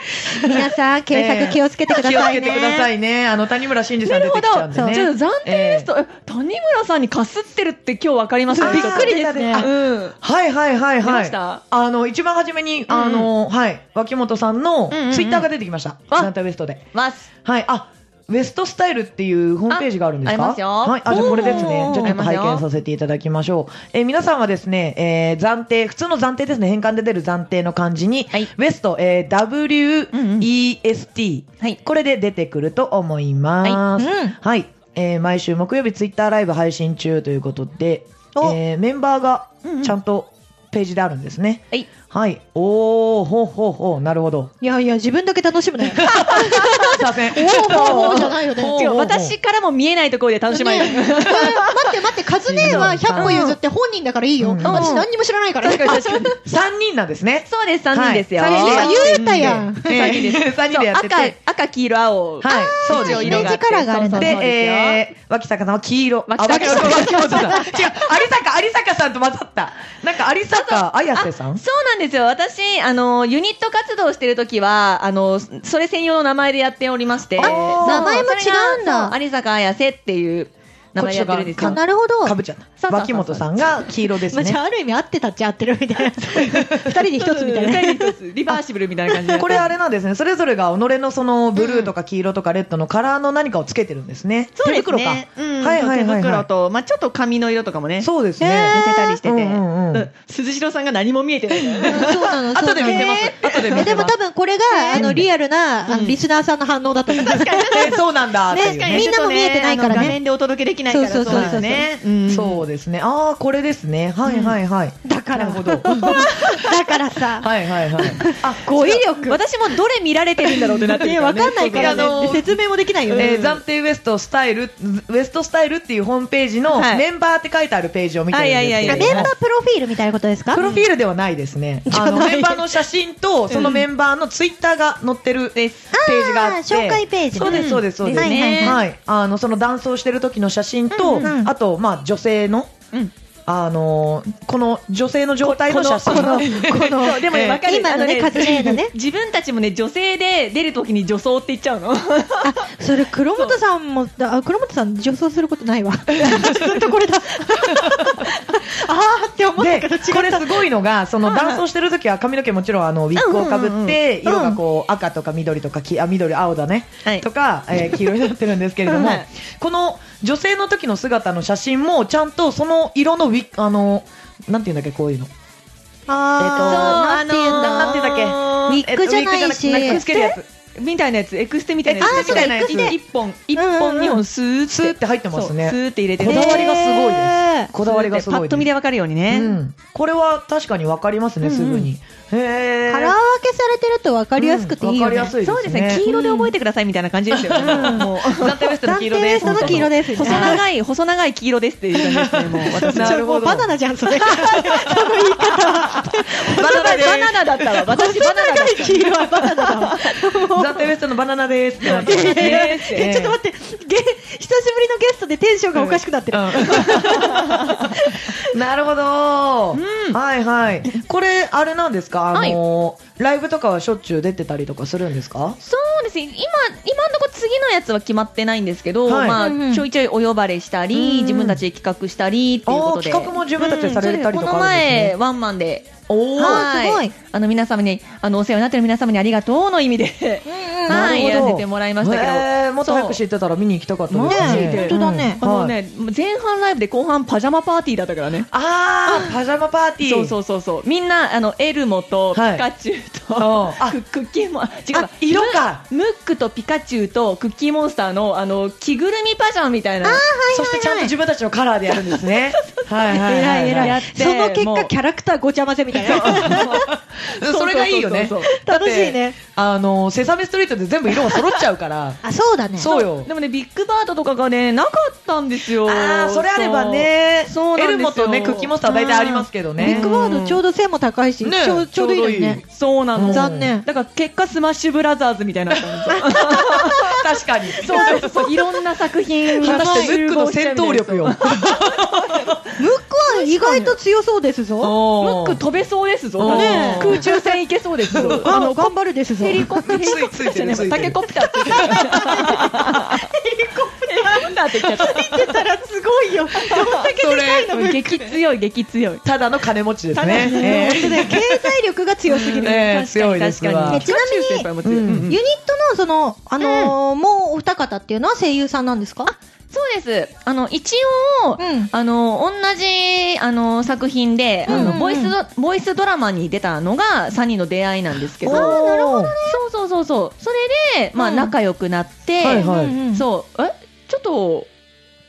[SPEAKER 1] 皆さん検索気をつけてくだ
[SPEAKER 2] 気をつ
[SPEAKER 1] さい
[SPEAKER 2] けてくだ
[SPEAKER 1] ね。
[SPEAKER 2] さいね。あの、谷村新司さ
[SPEAKER 3] なんる
[SPEAKER 2] 出
[SPEAKER 3] ほ
[SPEAKER 2] てきち
[SPEAKER 3] ど。
[SPEAKER 2] ゃうん
[SPEAKER 3] ち
[SPEAKER 2] で
[SPEAKER 3] ょっ
[SPEAKER 2] ね。
[SPEAKER 3] と暫定ウエスト、え谷村さんにかすってるって今日わかりました。
[SPEAKER 2] あー
[SPEAKER 3] びっくりですね。
[SPEAKER 2] 出た出
[SPEAKER 3] うん。
[SPEAKER 2] はいはいはい
[SPEAKER 3] 出
[SPEAKER 2] は
[SPEAKER 3] ま
[SPEAKER 2] い
[SPEAKER 3] し。た
[SPEAKER 2] あの、一番初めに、あの、はい、脇本さんの
[SPEAKER 3] うんうん
[SPEAKER 2] ツイッターが出てきました。
[SPEAKER 3] あ
[SPEAKER 2] 暫定ウエストで。
[SPEAKER 3] ます。
[SPEAKER 2] はい、あ、ウエストスタイルっていうホームページがあるんですか
[SPEAKER 3] あありますよ
[SPEAKER 2] はい、あ、じゃあこれですね
[SPEAKER 3] おー。
[SPEAKER 2] じゃあちょっと拝見させていただきましょう。えー皆さんはですね、えー暫定、普通の暫定ですね、変換で出る暫定の漢字に、
[SPEAKER 3] はい
[SPEAKER 2] ウエスト、えー WEST、
[SPEAKER 3] はい。
[SPEAKER 2] これで出てくると思います。
[SPEAKER 1] はい
[SPEAKER 2] はい。
[SPEAKER 1] うん
[SPEAKER 2] えー毎週木曜日ツイッターライブ配信中ということで、
[SPEAKER 1] お
[SPEAKER 2] えーメンバーが
[SPEAKER 3] うんうん
[SPEAKER 2] ちゃんとページであるんですね。
[SPEAKER 3] はい。
[SPEAKER 2] はい。おー、ほうほうほう、なるほど。
[SPEAKER 1] いやいや、自分だけ楽しむ ね。
[SPEAKER 2] すいません。
[SPEAKER 1] おーおーおーじゃないよね。
[SPEAKER 2] おー
[SPEAKER 3] 違う私からも見えないところで楽しまれる。
[SPEAKER 1] ねえ待って待って、カズネは100歩譲って本人だからいいよ。
[SPEAKER 2] うん
[SPEAKER 1] 私何にも知らないから。
[SPEAKER 3] 確かに確かに。
[SPEAKER 2] 三人なんですね。
[SPEAKER 3] そうです、3人ですよ。
[SPEAKER 1] はい三人
[SPEAKER 3] そう
[SPEAKER 1] 言えたやん
[SPEAKER 2] 三人で三人でやってて。
[SPEAKER 3] 赤、赤、黄色、
[SPEAKER 2] は
[SPEAKER 3] 青。
[SPEAKER 2] い、そうです
[SPEAKER 1] 一応
[SPEAKER 2] ね。
[SPEAKER 1] 色が力があるんだ
[SPEAKER 3] そう
[SPEAKER 2] で、
[SPEAKER 3] そうそうですよ
[SPEAKER 2] えー、脇坂さんは黄色。
[SPEAKER 3] 脇坂
[SPEAKER 2] あ脇本さん。違う、有坂、有坂さんと混ざった。なんか有坂綾瀬さん
[SPEAKER 3] そうなんですよ。私、あの、ユニット活動してるときは、あの、それ専用の名前でやっておりまして。
[SPEAKER 2] あ
[SPEAKER 3] そう
[SPEAKER 1] 名前も違うんだ
[SPEAKER 3] それがそう有坂綾瀬っていう名前でやってるんです
[SPEAKER 1] あ
[SPEAKER 3] よ。
[SPEAKER 1] なるほど。
[SPEAKER 2] かぶちゃった。
[SPEAKER 3] そうそうそう
[SPEAKER 2] 脇本さんが黄色です
[SPEAKER 1] まあ、じ
[SPEAKER 2] ね
[SPEAKER 1] ゃ。あある意味合ってたっちゃ合ってるみたい な二人で一つみたいな
[SPEAKER 3] 二人で一つリバーシブルみたい な感じで。
[SPEAKER 2] これあれなん ですね。それぞれが己のそのブルーとか黄色とかレッドのカラーの何かをつけてるんですね。
[SPEAKER 3] そうです
[SPEAKER 2] 手袋か
[SPEAKER 3] ね。。うん
[SPEAKER 2] はいはいはいはい
[SPEAKER 3] 手袋と、まあちょっと髪の色とかもね。
[SPEAKER 2] そうです
[SPEAKER 1] へ
[SPEAKER 2] ね。
[SPEAKER 3] 似せたりしてて。
[SPEAKER 2] うんうんうん
[SPEAKER 3] うん鈴代さんが何も見えてない。
[SPEAKER 1] そうなの
[SPEAKER 3] 後で見せますす。後で見せます。
[SPEAKER 1] でも多分これが、あのリアルな、あのリスナーさんの反応だと思う
[SPEAKER 2] えそうなんだっていう
[SPEAKER 3] 確かに
[SPEAKER 2] ね。
[SPEAKER 1] みんなも見えてないからね
[SPEAKER 3] あの画面でお届けできないから
[SPEAKER 1] そうそうそうそう
[SPEAKER 3] だね。うん
[SPEAKER 2] そうですね。ああ、これですね。はいはいはい。
[SPEAKER 1] だから
[SPEAKER 2] なるほど。
[SPEAKER 1] だからさ、
[SPEAKER 2] はいはいはい。あ、
[SPEAKER 1] 語彙力。
[SPEAKER 3] 私もどれ見られてるんだろうってなって
[SPEAKER 1] い
[SPEAKER 3] る
[SPEAKER 1] や、
[SPEAKER 3] ら
[SPEAKER 1] わ
[SPEAKER 3] ね
[SPEAKER 1] かんないから
[SPEAKER 2] そうそうあ
[SPEAKER 1] ね。
[SPEAKER 2] の
[SPEAKER 1] 説明もできないよね。
[SPEAKER 2] えー、暫定ウエストスタイル、ウエストスタイルっていうホームページの
[SPEAKER 3] はい
[SPEAKER 2] メンバーって書いてあるページを見てるんですけれども、
[SPEAKER 3] はいはいはい
[SPEAKER 1] あメンバープロフィールみたいなことですか
[SPEAKER 2] プロフィールではないですね。
[SPEAKER 1] じゃ
[SPEAKER 2] あの、
[SPEAKER 1] ない
[SPEAKER 2] メンバーの写真と、そのメンバーのツイッターが載ってるページがあって。
[SPEAKER 1] あー紹介ページ
[SPEAKER 2] そうです、そうです、そうです。
[SPEAKER 1] はいはいはい
[SPEAKER 2] はい。あの、その男装してる時の写真と、
[SPEAKER 1] うんうん
[SPEAKER 2] あと、まあ、女性の、
[SPEAKER 3] うん
[SPEAKER 2] あのーこの女性の状態の写真。
[SPEAKER 3] このこ そうでもね、
[SPEAKER 2] えー
[SPEAKER 3] わかる
[SPEAKER 1] 今のね
[SPEAKER 3] あ
[SPEAKER 1] カズレーザね
[SPEAKER 3] 自分たちもね、女性で出るときに女装って言っち ゃうの。
[SPEAKER 1] それ黒本さんもあ黒本さん女装することない わずっとこれだあーって思った
[SPEAKER 2] で
[SPEAKER 1] けど違っ
[SPEAKER 2] これ
[SPEAKER 1] た
[SPEAKER 2] すごいのが、その男装してる時は髪の毛もちろんあのウィッグをかぶって、
[SPEAKER 1] うんうんうん
[SPEAKER 2] 色がこう赤とか緑とかきあ緑青だね、
[SPEAKER 3] はい
[SPEAKER 2] とか、 えー黄色になってるんですけれども、
[SPEAKER 3] はい
[SPEAKER 2] この女性の時の姿の写真もちゃんとその色のウィッグあのなんていうんだっけこういうの。
[SPEAKER 1] あーな
[SPEAKER 3] えっと
[SPEAKER 1] んて言うんだ
[SPEAKER 2] なんてだっけ
[SPEAKER 3] あの
[SPEAKER 1] ウィッグじゃないし
[SPEAKER 2] ウィッグじゃなくてつけるやつ。
[SPEAKER 3] みたいなやつ、エクステみたいなやつ。
[SPEAKER 1] あーそうだエクステ
[SPEAKER 3] 一本、一
[SPEAKER 1] うんうん
[SPEAKER 3] 本、二本、スー
[SPEAKER 2] スーって入ってますね
[SPEAKER 3] そうスーって入れてて
[SPEAKER 2] こだわりがすごいで
[SPEAKER 1] へ
[SPEAKER 2] す
[SPEAKER 1] ー
[SPEAKER 2] こだわりがすごい
[SPEAKER 3] パ
[SPEAKER 2] で
[SPEAKER 3] ッ
[SPEAKER 2] す
[SPEAKER 3] と見でわかるようにね。
[SPEAKER 2] うん、これは確かにわかりますね、すぐに。へー
[SPEAKER 1] カラー分けされてると分かりやすくていいよね、
[SPEAKER 2] うんわかりやすい
[SPEAKER 3] そうですね、黄色で覚えてくださいみたいな感じですよ ね。もう、暫定ベストの黄色です。
[SPEAKER 1] 暫定ベストの黄色です
[SPEAKER 3] 細長い、細長い黄色ですっていう感じですね、 もう。私
[SPEAKER 2] なるほど
[SPEAKER 1] もうバナナじゃんそれ
[SPEAKER 3] バナナバナナだったわ。 私バナナだった。
[SPEAKER 1] 黄色は バナナだわ
[SPEAKER 2] ザ・テベストのバナナですってなってます
[SPEAKER 1] え。
[SPEAKER 2] ね
[SPEAKER 1] ちょっと待ってゲ久しぶりのゲストでテンションがおかしくなってる、
[SPEAKER 2] うん なるほど、はいはいこれあれなんですかあのーライブとかはしょっちゅう出てたりとかするんですか
[SPEAKER 3] そうですね、今、今のところ次のやつは決まってないんですけど、
[SPEAKER 2] はい
[SPEAKER 3] まあ、
[SPEAKER 1] うんうん
[SPEAKER 3] ちょいちょいお呼ばれした
[SPEAKER 2] うんうん
[SPEAKER 3] り、自分たちで企画したりっていうこ
[SPEAKER 2] あ
[SPEAKER 3] と
[SPEAKER 2] ー
[SPEAKER 3] で。
[SPEAKER 2] 企画も自分たちでされたりとかあ
[SPEAKER 3] この
[SPEAKER 2] るん
[SPEAKER 3] 前、
[SPEAKER 2] ですね、
[SPEAKER 3] ワンマンで。
[SPEAKER 2] おお
[SPEAKER 1] あー
[SPEAKER 3] は
[SPEAKER 1] すごい
[SPEAKER 3] あの、皆様に、あの、お世話になってる皆様にありがとうの意味で、はい、やらせてもらいましたけど。
[SPEAKER 2] えーもっと早く知
[SPEAKER 3] そう
[SPEAKER 2] ってたら見に行きたかったです
[SPEAKER 3] マジで本当
[SPEAKER 1] だね
[SPEAKER 2] う
[SPEAKER 3] あ
[SPEAKER 2] ん
[SPEAKER 3] のね、前半ライブで後半パジャマパーティーだったからね。
[SPEAKER 2] あーパジャマパーティー
[SPEAKER 3] そうそうそうそう。みんな、あの、エルモとピ
[SPEAKER 2] はい
[SPEAKER 3] カチュウと、
[SPEAKER 2] うんあ
[SPEAKER 3] ククッキーモン、あ違う
[SPEAKER 2] あ色か
[SPEAKER 3] ムムックとピカチュウとクッキーモンスターの、あの、着ぐるみパジャマみたいな。
[SPEAKER 2] そしてちゃんと自分たちのカラーでやるんです ねはいはいは
[SPEAKER 1] 偉い
[SPEAKER 2] い、
[SPEAKER 1] 偉、
[SPEAKER 2] はい
[SPEAKER 3] やっ
[SPEAKER 1] その結
[SPEAKER 3] も
[SPEAKER 1] 果
[SPEAKER 3] う
[SPEAKER 1] キャラクターごちゃ混ぜみたいな
[SPEAKER 3] そう
[SPEAKER 2] それがいいよね
[SPEAKER 3] そうそうそう
[SPEAKER 1] 楽しいね
[SPEAKER 2] あのーセサミストリートで全部色が揃っちゃうから
[SPEAKER 1] あそうだね
[SPEAKER 2] そうよ
[SPEAKER 3] でもね、ビッグバードとかがね、なかったんですよ。
[SPEAKER 2] ああ、それあればね、
[SPEAKER 3] そうなんですよ
[SPEAKER 2] エルモとね、クッキーモンスターは大体ありますけどね。
[SPEAKER 1] ビッグバードちょうど背も高いし、
[SPEAKER 2] ね
[SPEAKER 1] ちょうちょうどいいのにね
[SPEAKER 3] そうなの。
[SPEAKER 1] 残念
[SPEAKER 3] だから結果、スマッシュブラザーズみたいになったんですよ。
[SPEAKER 2] 確かに。
[SPEAKER 3] そうそうそうそう。いろんな作品
[SPEAKER 2] 果
[SPEAKER 3] が
[SPEAKER 2] たしてムッ
[SPEAKER 3] 集
[SPEAKER 2] ク
[SPEAKER 3] 合
[SPEAKER 2] の
[SPEAKER 3] しちゃ
[SPEAKER 2] 戦
[SPEAKER 3] うみたい
[SPEAKER 2] 闘
[SPEAKER 1] ムッ
[SPEAKER 2] 力よ。。
[SPEAKER 3] な
[SPEAKER 1] クは意外と強そうですぞ。
[SPEAKER 3] ム
[SPEAKER 2] おー
[SPEAKER 3] ック飛べそうですぞ。
[SPEAKER 2] ねえ
[SPEAKER 3] 空中戦いけそうですぞ。
[SPEAKER 1] あの、頑張るですぞ。
[SPEAKER 3] ヘリコプター、ヘリコプターじゃない
[SPEAKER 2] ついてるついてる
[SPEAKER 3] タケコプターって言ってた。ヘリコプターって言っちゃっ
[SPEAKER 1] ったらすごいよ。どんだけ
[SPEAKER 2] それ
[SPEAKER 1] でかいの、ムッ
[SPEAKER 3] た。
[SPEAKER 1] ク。
[SPEAKER 3] 激強い、激強い。
[SPEAKER 2] ただの金持ちです
[SPEAKER 3] ただの
[SPEAKER 2] ね。えー
[SPEAKER 1] ね経済力が強すぎる。ユニ
[SPEAKER 2] えー
[SPEAKER 3] 確かに
[SPEAKER 2] 強いです
[SPEAKER 3] 確か
[SPEAKER 2] わ
[SPEAKER 3] に
[SPEAKER 1] え。ちなみに
[SPEAKER 3] ピカチュウ先輩も強い
[SPEAKER 2] うん
[SPEAKER 3] うん
[SPEAKER 1] ットの、その、あのー、もうお二方っていうのは声優さんなんですか
[SPEAKER 3] そうです。あの、一応、
[SPEAKER 1] うん
[SPEAKER 3] あの、同じ、あの、作品で、あ
[SPEAKER 1] うんう
[SPEAKER 3] の、
[SPEAKER 1] ん
[SPEAKER 3] ボイスド、ボイスドラマに出たのが、3人の出会いなんですけど、そう
[SPEAKER 2] なるほど
[SPEAKER 3] そうそうそう。それで、まあ、
[SPEAKER 1] うん
[SPEAKER 3] 仲良くなって、
[SPEAKER 2] はいはい
[SPEAKER 1] うんうん
[SPEAKER 3] そう、えちょっと、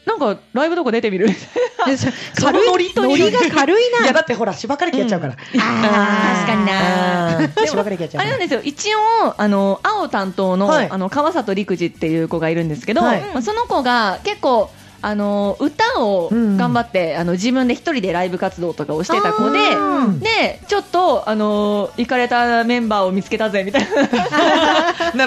[SPEAKER 3] なんか、ライブとか出てみる
[SPEAKER 1] でそ軽い、
[SPEAKER 2] その
[SPEAKER 1] ノ
[SPEAKER 2] ノ
[SPEAKER 1] リ
[SPEAKER 2] リという
[SPEAKER 1] が軽い
[SPEAKER 2] いや、
[SPEAKER 1] な。
[SPEAKER 2] だってほら、芝刈り機やっちゃうから。
[SPEAKER 1] あー
[SPEAKER 3] 確かにな
[SPEAKER 2] あー芝刈り機やっちゃう
[SPEAKER 3] あれ
[SPEAKER 2] か
[SPEAKER 3] な
[SPEAKER 2] ら。
[SPEAKER 3] んですよ、一応、あの青担当の,、
[SPEAKER 2] はい
[SPEAKER 3] あの川里陸二っていう子がいるんですけど、
[SPEAKER 2] はい
[SPEAKER 3] まあその子が結構、あの歌を
[SPEAKER 2] うん
[SPEAKER 3] 頑張って、あの自分で一人でライブ活動とかをしてた子で。
[SPEAKER 2] うん
[SPEAKER 3] でちょっと、あの行かれたメンバーを見つけたぜみたいな、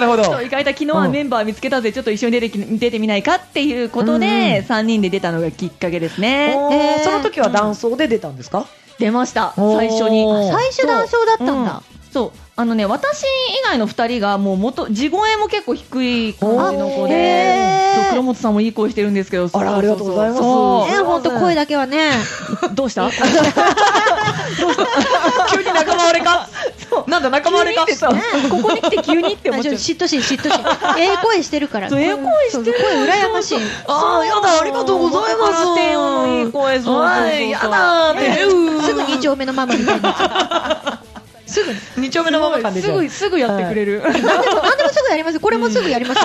[SPEAKER 2] なるほど。
[SPEAKER 3] そう行かれた昨日はメンバー見つけたぜ、ちょっと一緒に出てき出てみないかっていうこ
[SPEAKER 2] う
[SPEAKER 3] と
[SPEAKER 2] んう
[SPEAKER 3] で、
[SPEAKER 2] ん
[SPEAKER 3] 3人で出たのがきっかけです
[SPEAKER 2] お
[SPEAKER 3] ね、
[SPEAKER 1] え
[SPEAKER 2] ー
[SPEAKER 1] ー
[SPEAKER 2] その時は男装で出たんですか
[SPEAKER 3] 出ました、
[SPEAKER 2] おー
[SPEAKER 3] 最初に。
[SPEAKER 2] あ
[SPEAKER 1] 最初男装だったんだ。
[SPEAKER 3] そうあのね私以外の2人がもう元地声も結構低い感じの子
[SPEAKER 1] あへ
[SPEAKER 3] で
[SPEAKER 1] ー
[SPEAKER 3] そう黒本さんもいい声してるんですけど
[SPEAKER 2] あらありがとうございます
[SPEAKER 3] そ
[SPEAKER 1] ね、
[SPEAKER 2] そう
[SPEAKER 1] ほんと声だけはね。
[SPEAKER 3] うどうした
[SPEAKER 2] 急に仲間割れ かなんだ、仲間割れか
[SPEAKER 3] 急にってさここに来て急にって思
[SPEAKER 1] あ
[SPEAKER 3] っ
[SPEAKER 1] ち
[SPEAKER 3] ち
[SPEAKER 1] ょ
[SPEAKER 3] ゃ
[SPEAKER 1] っ
[SPEAKER 3] う
[SPEAKER 1] と嫉妬心、嫉妬 心。ええ声してるから。
[SPEAKER 3] そうええ声してる
[SPEAKER 1] そうそう声羨ましい。
[SPEAKER 2] ああ、やだ、ありがとうございます。
[SPEAKER 3] 元から低音のいい声そうそうそうそう
[SPEAKER 2] はいやだーって、うー
[SPEAKER 1] すぐ二丁目のママみたいになっちゃう。
[SPEAKER 2] 二丁目のママ感でし
[SPEAKER 3] す
[SPEAKER 2] ょ
[SPEAKER 3] ぐすぐやってくれる、
[SPEAKER 1] 何でも、何でもすぐやります。これもすぐやりますよ。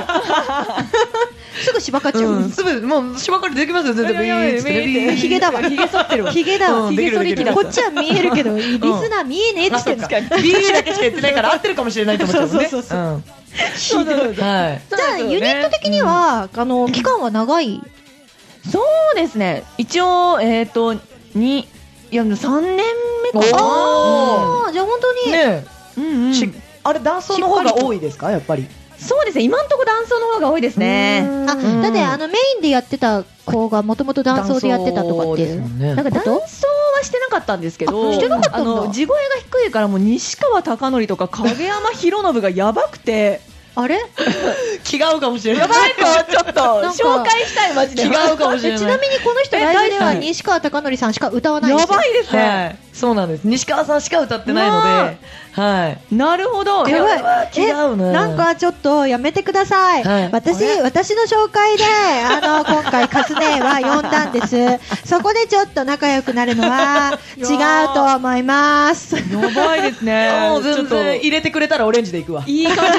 [SPEAKER 1] すぐしばかっちゃう。
[SPEAKER 2] うん、すぐ、もう、しばかりできますよ、全然。ビーッつってね
[SPEAKER 1] ヒゲだわ。ヒゲ剃ってるわ。ヒゲだわ。
[SPEAKER 2] うんできるできる
[SPEAKER 1] こっちは見えるけど、リスナー見えねえっ
[SPEAKER 2] あ、
[SPEAKER 1] つっ
[SPEAKER 2] そ
[SPEAKER 1] て
[SPEAKER 2] うん
[SPEAKER 1] の
[SPEAKER 2] か。ビーだけしか言ってないから合ってるかもしれないと思ったもんね。。
[SPEAKER 1] そうそうそう
[SPEAKER 2] ん。はい。
[SPEAKER 1] じゃあ、ユニット的には、あの、期間は長い。
[SPEAKER 3] そうですね。一応、えっ、と、に、いや、3年目かな。
[SPEAKER 2] お
[SPEAKER 1] ああ、じゃあ本当に。
[SPEAKER 2] ね
[SPEAKER 3] うんうん、
[SPEAKER 2] え、
[SPEAKER 3] そ
[SPEAKER 2] しあれ、男装の方が多いですか、やっぱり。
[SPEAKER 3] うですね。今んとこ男装の方が多いですね。
[SPEAKER 1] あ、
[SPEAKER 2] うん
[SPEAKER 1] だってあのメインでやってた子がもともと男装でやってたとかってい
[SPEAKER 2] 男装ですも
[SPEAKER 1] う。
[SPEAKER 2] んね
[SPEAKER 3] なんか
[SPEAKER 1] こ
[SPEAKER 3] 男
[SPEAKER 1] と
[SPEAKER 3] 装はしてなかったんですけど、
[SPEAKER 1] あしてなかったんだ
[SPEAKER 3] あの地声が低いからもう西川貴教とか影山博信がやばくて、
[SPEAKER 1] あれ
[SPEAKER 2] 気が合うかもしれない。
[SPEAKER 3] やばいかちょっと
[SPEAKER 1] んか
[SPEAKER 3] 紹介したいマジで。
[SPEAKER 2] 気が合うかもし
[SPEAKER 1] え
[SPEAKER 2] れ
[SPEAKER 1] ち
[SPEAKER 2] な。
[SPEAKER 1] ないみにこの人
[SPEAKER 3] え
[SPEAKER 1] ライブでは
[SPEAKER 3] 大好き
[SPEAKER 1] 西川貴教さんしか歌わないんで
[SPEAKER 3] や
[SPEAKER 1] すよ。
[SPEAKER 3] ばいですね。
[SPEAKER 2] はい。そうなんです。西川さんしか歌ってないので。はい。
[SPEAKER 3] なるほど。
[SPEAKER 1] やばい
[SPEAKER 2] 違うな
[SPEAKER 1] えなんかちょっとやめてください、
[SPEAKER 2] はい
[SPEAKER 1] 私
[SPEAKER 2] あれ。
[SPEAKER 1] 私の紹介であの今回カスネは呼んだん ですそこでちょっと仲良くなるの は違うと思います
[SPEAKER 3] やばいですね
[SPEAKER 2] もう全然入れてくれたらオレンジでいくわ。
[SPEAKER 3] いい感じ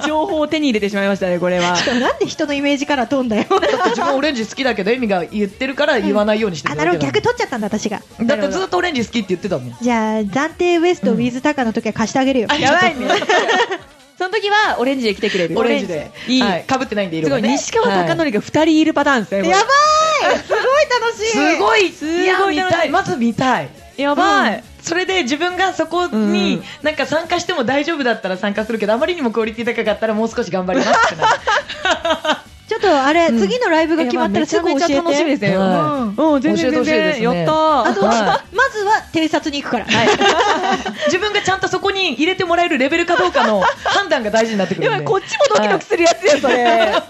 [SPEAKER 3] の情報を手に入れてしまいましたね、これは。
[SPEAKER 1] なんで人のイメージから飛んだよ
[SPEAKER 2] だって自分オレンジ好きだけど、エミが言ってるから言わないようにして
[SPEAKER 1] あ
[SPEAKER 2] る
[SPEAKER 1] な
[SPEAKER 2] だ
[SPEAKER 1] る
[SPEAKER 2] け
[SPEAKER 1] ほど
[SPEAKER 2] だ
[SPEAKER 1] 逆取っちゃったんだ私が
[SPEAKER 2] だってずっとオレンジ好きって言ってたもん。
[SPEAKER 1] じゃあ暫定ウエストウィズタカの時は貸してあげるよ、
[SPEAKER 3] やばいね。その時はオレンジで来てくれる。
[SPEAKER 2] オレンジで。
[SPEAKER 3] いい。
[SPEAKER 2] はい。被ってないんで、
[SPEAKER 3] す
[SPEAKER 2] 色
[SPEAKER 3] ご
[SPEAKER 2] が
[SPEAKER 3] い、
[SPEAKER 2] ね。
[SPEAKER 3] 西川貴教が2人いるパターンですね。これ
[SPEAKER 1] やばいすごい楽しい
[SPEAKER 2] すごい、
[SPEAKER 3] すごい
[SPEAKER 2] いや見た
[SPEAKER 3] 楽し
[SPEAKER 2] い。
[SPEAKER 3] い
[SPEAKER 2] まず見たい。
[SPEAKER 3] やばい。
[SPEAKER 2] それで自分がそこ
[SPEAKER 3] う
[SPEAKER 2] に
[SPEAKER 3] ん
[SPEAKER 2] なんか参加しても大丈夫だったら参加するけど、あまりにもクオリティ高かったらもう少し頑張りますってな る
[SPEAKER 1] ちょっとあれ、次のライブが決まったらす
[SPEAKER 3] や
[SPEAKER 1] ぐ
[SPEAKER 3] ばい
[SPEAKER 1] 教
[SPEAKER 3] め
[SPEAKER 1] え
[SPEAKER 3] ちゃ
[SPEAKER 1] て
[SPEAKER 3] くちゃ楽しみですね。
[SPEAKER 2] は
[SPEAKER 3] うんうん、全然
[SPEAKER 2] 教えてほ
[SPEAKER 3] 全
[SPEAKER 2] しいです
[SPEAKER 3] 然。
[SPEAKER 2] ね
[SPEAKER 3] やった
[SPEAKER 1] あ
[SPEAKER 3] ー。
[SPEAKER 1] と、
[SPEAKER 2] は
[SPEAKER 1] まずは偵察に行くから、
[SPEAKER 2] 自分がちゃんとそこに入れてもらえるレベルかどうかの判断が大事になってくる
[SPEAKER 3] やば
[SPEAKER 2] の
[SPEAKER 3] い、
[SPEAKER 2] で
[SPEAKER 3] こっちもドキドキするやつよ、それ。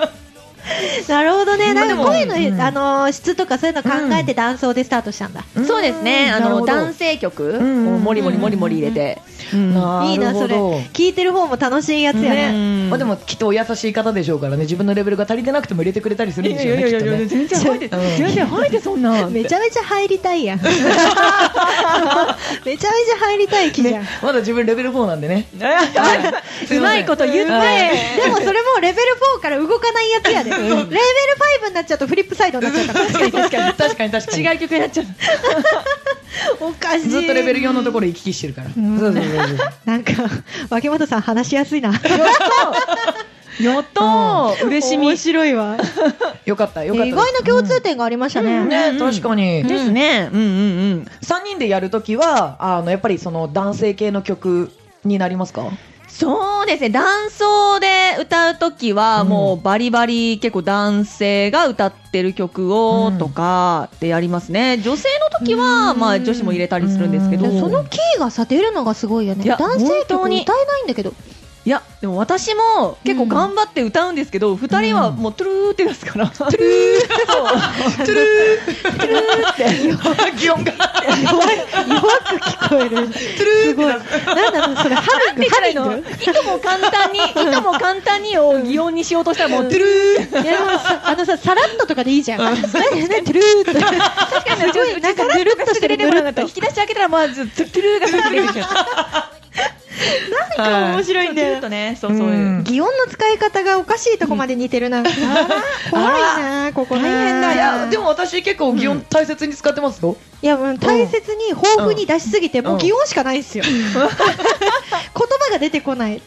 [SPEAKER 1] なるほどね、なんか声の、
[SPEAKER 2] うん
[SPEAKER 1] あのー質とかそういうの考えて男装でスタートしたんだ。
[SPEAKER 3] そうですね。あ
[SPEAKER 2] なるほど
[SPEAKER 3] の、男性曲を
[SPEAKER 2] ん
[SPEAKER 3] もりもりもりもり入れて。うん
[SPEAKER 1] いいな、それ。聞いてる方も楽しいやつや
[SPEAKER 2] ね
[SPEAKER 1] ね。
[SPEAKER 3] うん
[SPEAKER 2] まあ、でもきっとお優しい方でしょうからね自分のレベルが足りてなくても入れてくれたりす
[SPEAKER 3] い
[SPEAKER 2] るんで
[SPEAKER 3] や
[SPEAKER 2] し
[SPEAKER 3] い
[SPEAKER 2] ょう
[SPEAKER 3] や
[SPEAKER 2] ね
[SPEAKER 3] い
[SPEAKER 2] き
[SPEAKER 3] や
[SPEAKER 2] っとね
[SPEAKER 3] いや、全然入って、
[SPEAKER 2] うん
[SPEAKER 3] 全然入って、そんな。
[SPEAKER 1] めちゃめちゃ入りたいやん。めちゃめちゃ入りたい気じゃん。で
[SPEAKER 2] まだ自分レベル4なんでね
[SPEAKER 3] うまいこと言っ
[SPEAKER 2] はい
[SPEAKER 3] て。
[SPEAKER 1] もそれもレベル4から動かないやつやで。レベル5になっちゃうとフリップサイドになっちゃうから。
[SPEAKER 2] 確かに確かに確かに確かに
[SPEAKER 3] 違う曲になっちゃった。
[SPEAKER 1] おかしい。
[SPEAKER 2] ずっとレベル4のところ行き来してるから、そうそうそうそう
[SPEAKER 1] なんか、脇本さん話しやすいな。
[SPEAKER 3] やったー、嬉しみ。
[SPEAKER 1] 面白いわ。
[SPEAKER 2] よかったよかった
[SPEAKER 1] 意
[SPEAKER 2] です
[SPEAKER 1] 外な共通点がありましたね。
[SPEAKER 2] ね、
[SPEAKER 3] うん
[SPEAKER 2] 確かに、
[SPEAKER 1] ん
[SPEAKER 3] ですね。うんうんうん。
[SPEAKER 2] 三人でやるときはあのやっぱりその男性系の曲になりますか
[SPEAKER 3] そうですね。男装で歌うときは、
[SPEAKER 2] うん
[SPEAKER 3] もうバリバリ結構男性が歌ってる曲をとかでやりますね。女性のときは、まあ女子も入れたりするんですけ
[SPEAKER 1] い
[SPEAKER 3] ど。
[SPEAKER 1] やその
[SPEAKER 3] い
[SPEAKER 1] キーがさ出るのがすごいよね
[SPEAKER 3] いや
[SPEAKER 1] 男性曲
[SPEAKER 3] 本
[SPEAKER 1] 歌
[SPEAKER 3] 当に
[SPEAKER 1] えないんだけど
[SPEAKER 3] や、でも私も結構頑張って歌うんですけど、二、人はもうトゥルーって出すから。トゥルー
[SPEAKER 2] トゥルートゥルーって擬音が
[SPEAKER 1] 弱い弱く聞こえるすごいなんだろうそれ ハミングハミン
[SPEAKER 3] の、いとも簡単に、いとも簡単にを擬音にしようとしたらもうトゥルー
[SPEAKER 1] グいやでもさあのささらっととかでいいじゃん何何トゥルーって
[SPEAKER 3] 確かに、
[SPEAKER 1] すごいなんかぬるっとしてる
[SPEAKER 3] ぬるっとしてる引き出し開けたら、まず、トゥルーが出てきちゃう。
[SPEAKER 2] はい
[SPEAKER 3] 面白いんだよ。とね、そうそうう。
[SPEAKER 2] ん
[SPEAKER 1] 擬音の使い方がおかしいとこまで似てるな怖いなここ
[SPEAKER 2] 大
[SPEAKER 1] な
[SPEAKER 2] 変だいやでも私結構擬音大切に使ってますよ、
[SPEAKER 1] いやもう大切に豊富に出しすぎてもう擬音しかないっすよ 言葉が出てこない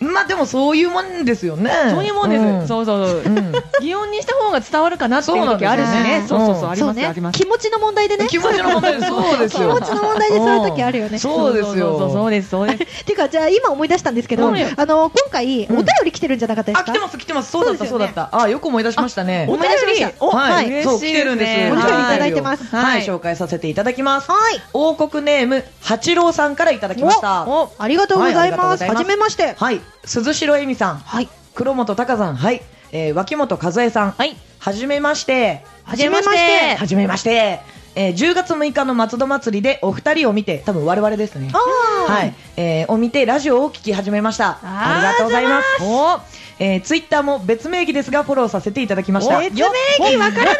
[SPEAKER 2] まあでもそういうもんですよね
[SPEAKER 3] そういうもんです。そうそうそう。
[SPEAKER 2] ん
[SPEAKER 3] 擬音にした方が伝わるかなっていう時あるしね。
[SPEAKER 2] そ
[SPEAKER 3] そうう
[SPEAKER 2] なんで
[SPEAKER 3] そう
[SPEAKER 2] す
[SPEAKER 3] そう、
[SPEAKER 1] そ
[SPEAKER 2] よ
[SPEAKER 3] ありま
[SPEAKER 1] う
[SPEAKER 3] すよ
[SPEAKER 1] ね
[SPEAKER 3] あります。
[SPEAKER 1] 気持ちの問題でね
[SPEAKER 2] 気持ちの問題ですそうですよ
[SPEAKER 1] 気持ちの問題でそういう時あるよね
[SPEAKER 2] そうですよ
[SPEAKER 3] そうそうです、そうです。
[SPEAKER 1] ていうか、じゃあ今思い出したんですけど、
[SPEAKER 2] うん
[SPEAKER 1] あの今回、
[SPEAKER 2] うん
[SPEAKER 1] お便り来てるんじゃなかったです
[SPEAKER 2] あ
[SPEAKER 1] か
[SPEAKER 2] 来てます来てますそうだったそうだったあよく思い出しましたね
[SPEAKER 1] お便り
[SPEAKER 3] お
[SPEAKER 2] は、
[SPEAKER 1] はい
[SPEAKER 3] 嬉
[SPEAKER 2] そう
[SPEAKER 3] し
[SPEAKER 2] 来
[SPEAKER 3] い
[SPEAKER 2] て
[SPEAKER 3] で
[SPEAKER 2] る
[SPEAKER 3] す
[SPEAKER 2] んです。
[SPEAKER 3] ね。
[SPEAKER 1] お便りいただいてます
[SPEAKER 2] はい、
[SPEAKER 3] はい
[SPEAKER 2] 紹介させていただきます。
[SPEAKER 1] はい。
[SPEAKER 2] 王国ネーム八郎さんからいただきました。
[SPEAKER 3] お、
[SPEAKER 1] ありがとうございます。
[SPEAKER 2] はいありがとうございます
[SPEAKER 1] はじめまして。
[SPEAKER 2] はい、鈴代恵美さん、
[SPEAKER 1] はい。
[SPEAKER 2] 黒本隆さん、はい、えー、脇本和恵さん、
[SPEAKER 3] はい。
[SPEAKER 2] はじめまして。
[SPEAKER 1] はじめまして
[SPEAKER 2] はじめまして。えー、10月6日の松戸祭りでお二人を見て、多分我々ですね。
[SPEAKER 1] あー
[SPEAKER 2] はい、えー、を見てラジオを聞き始めました。
[SPEAKER 3] あー
[SPEAKER 2] ありがとうございます。
[SPEAKER 3] お、
[SPEAKER 2] えー、ツイッターも別名義ですがフォローさせていただきました
[SPEAKER 1] 別名義わからない。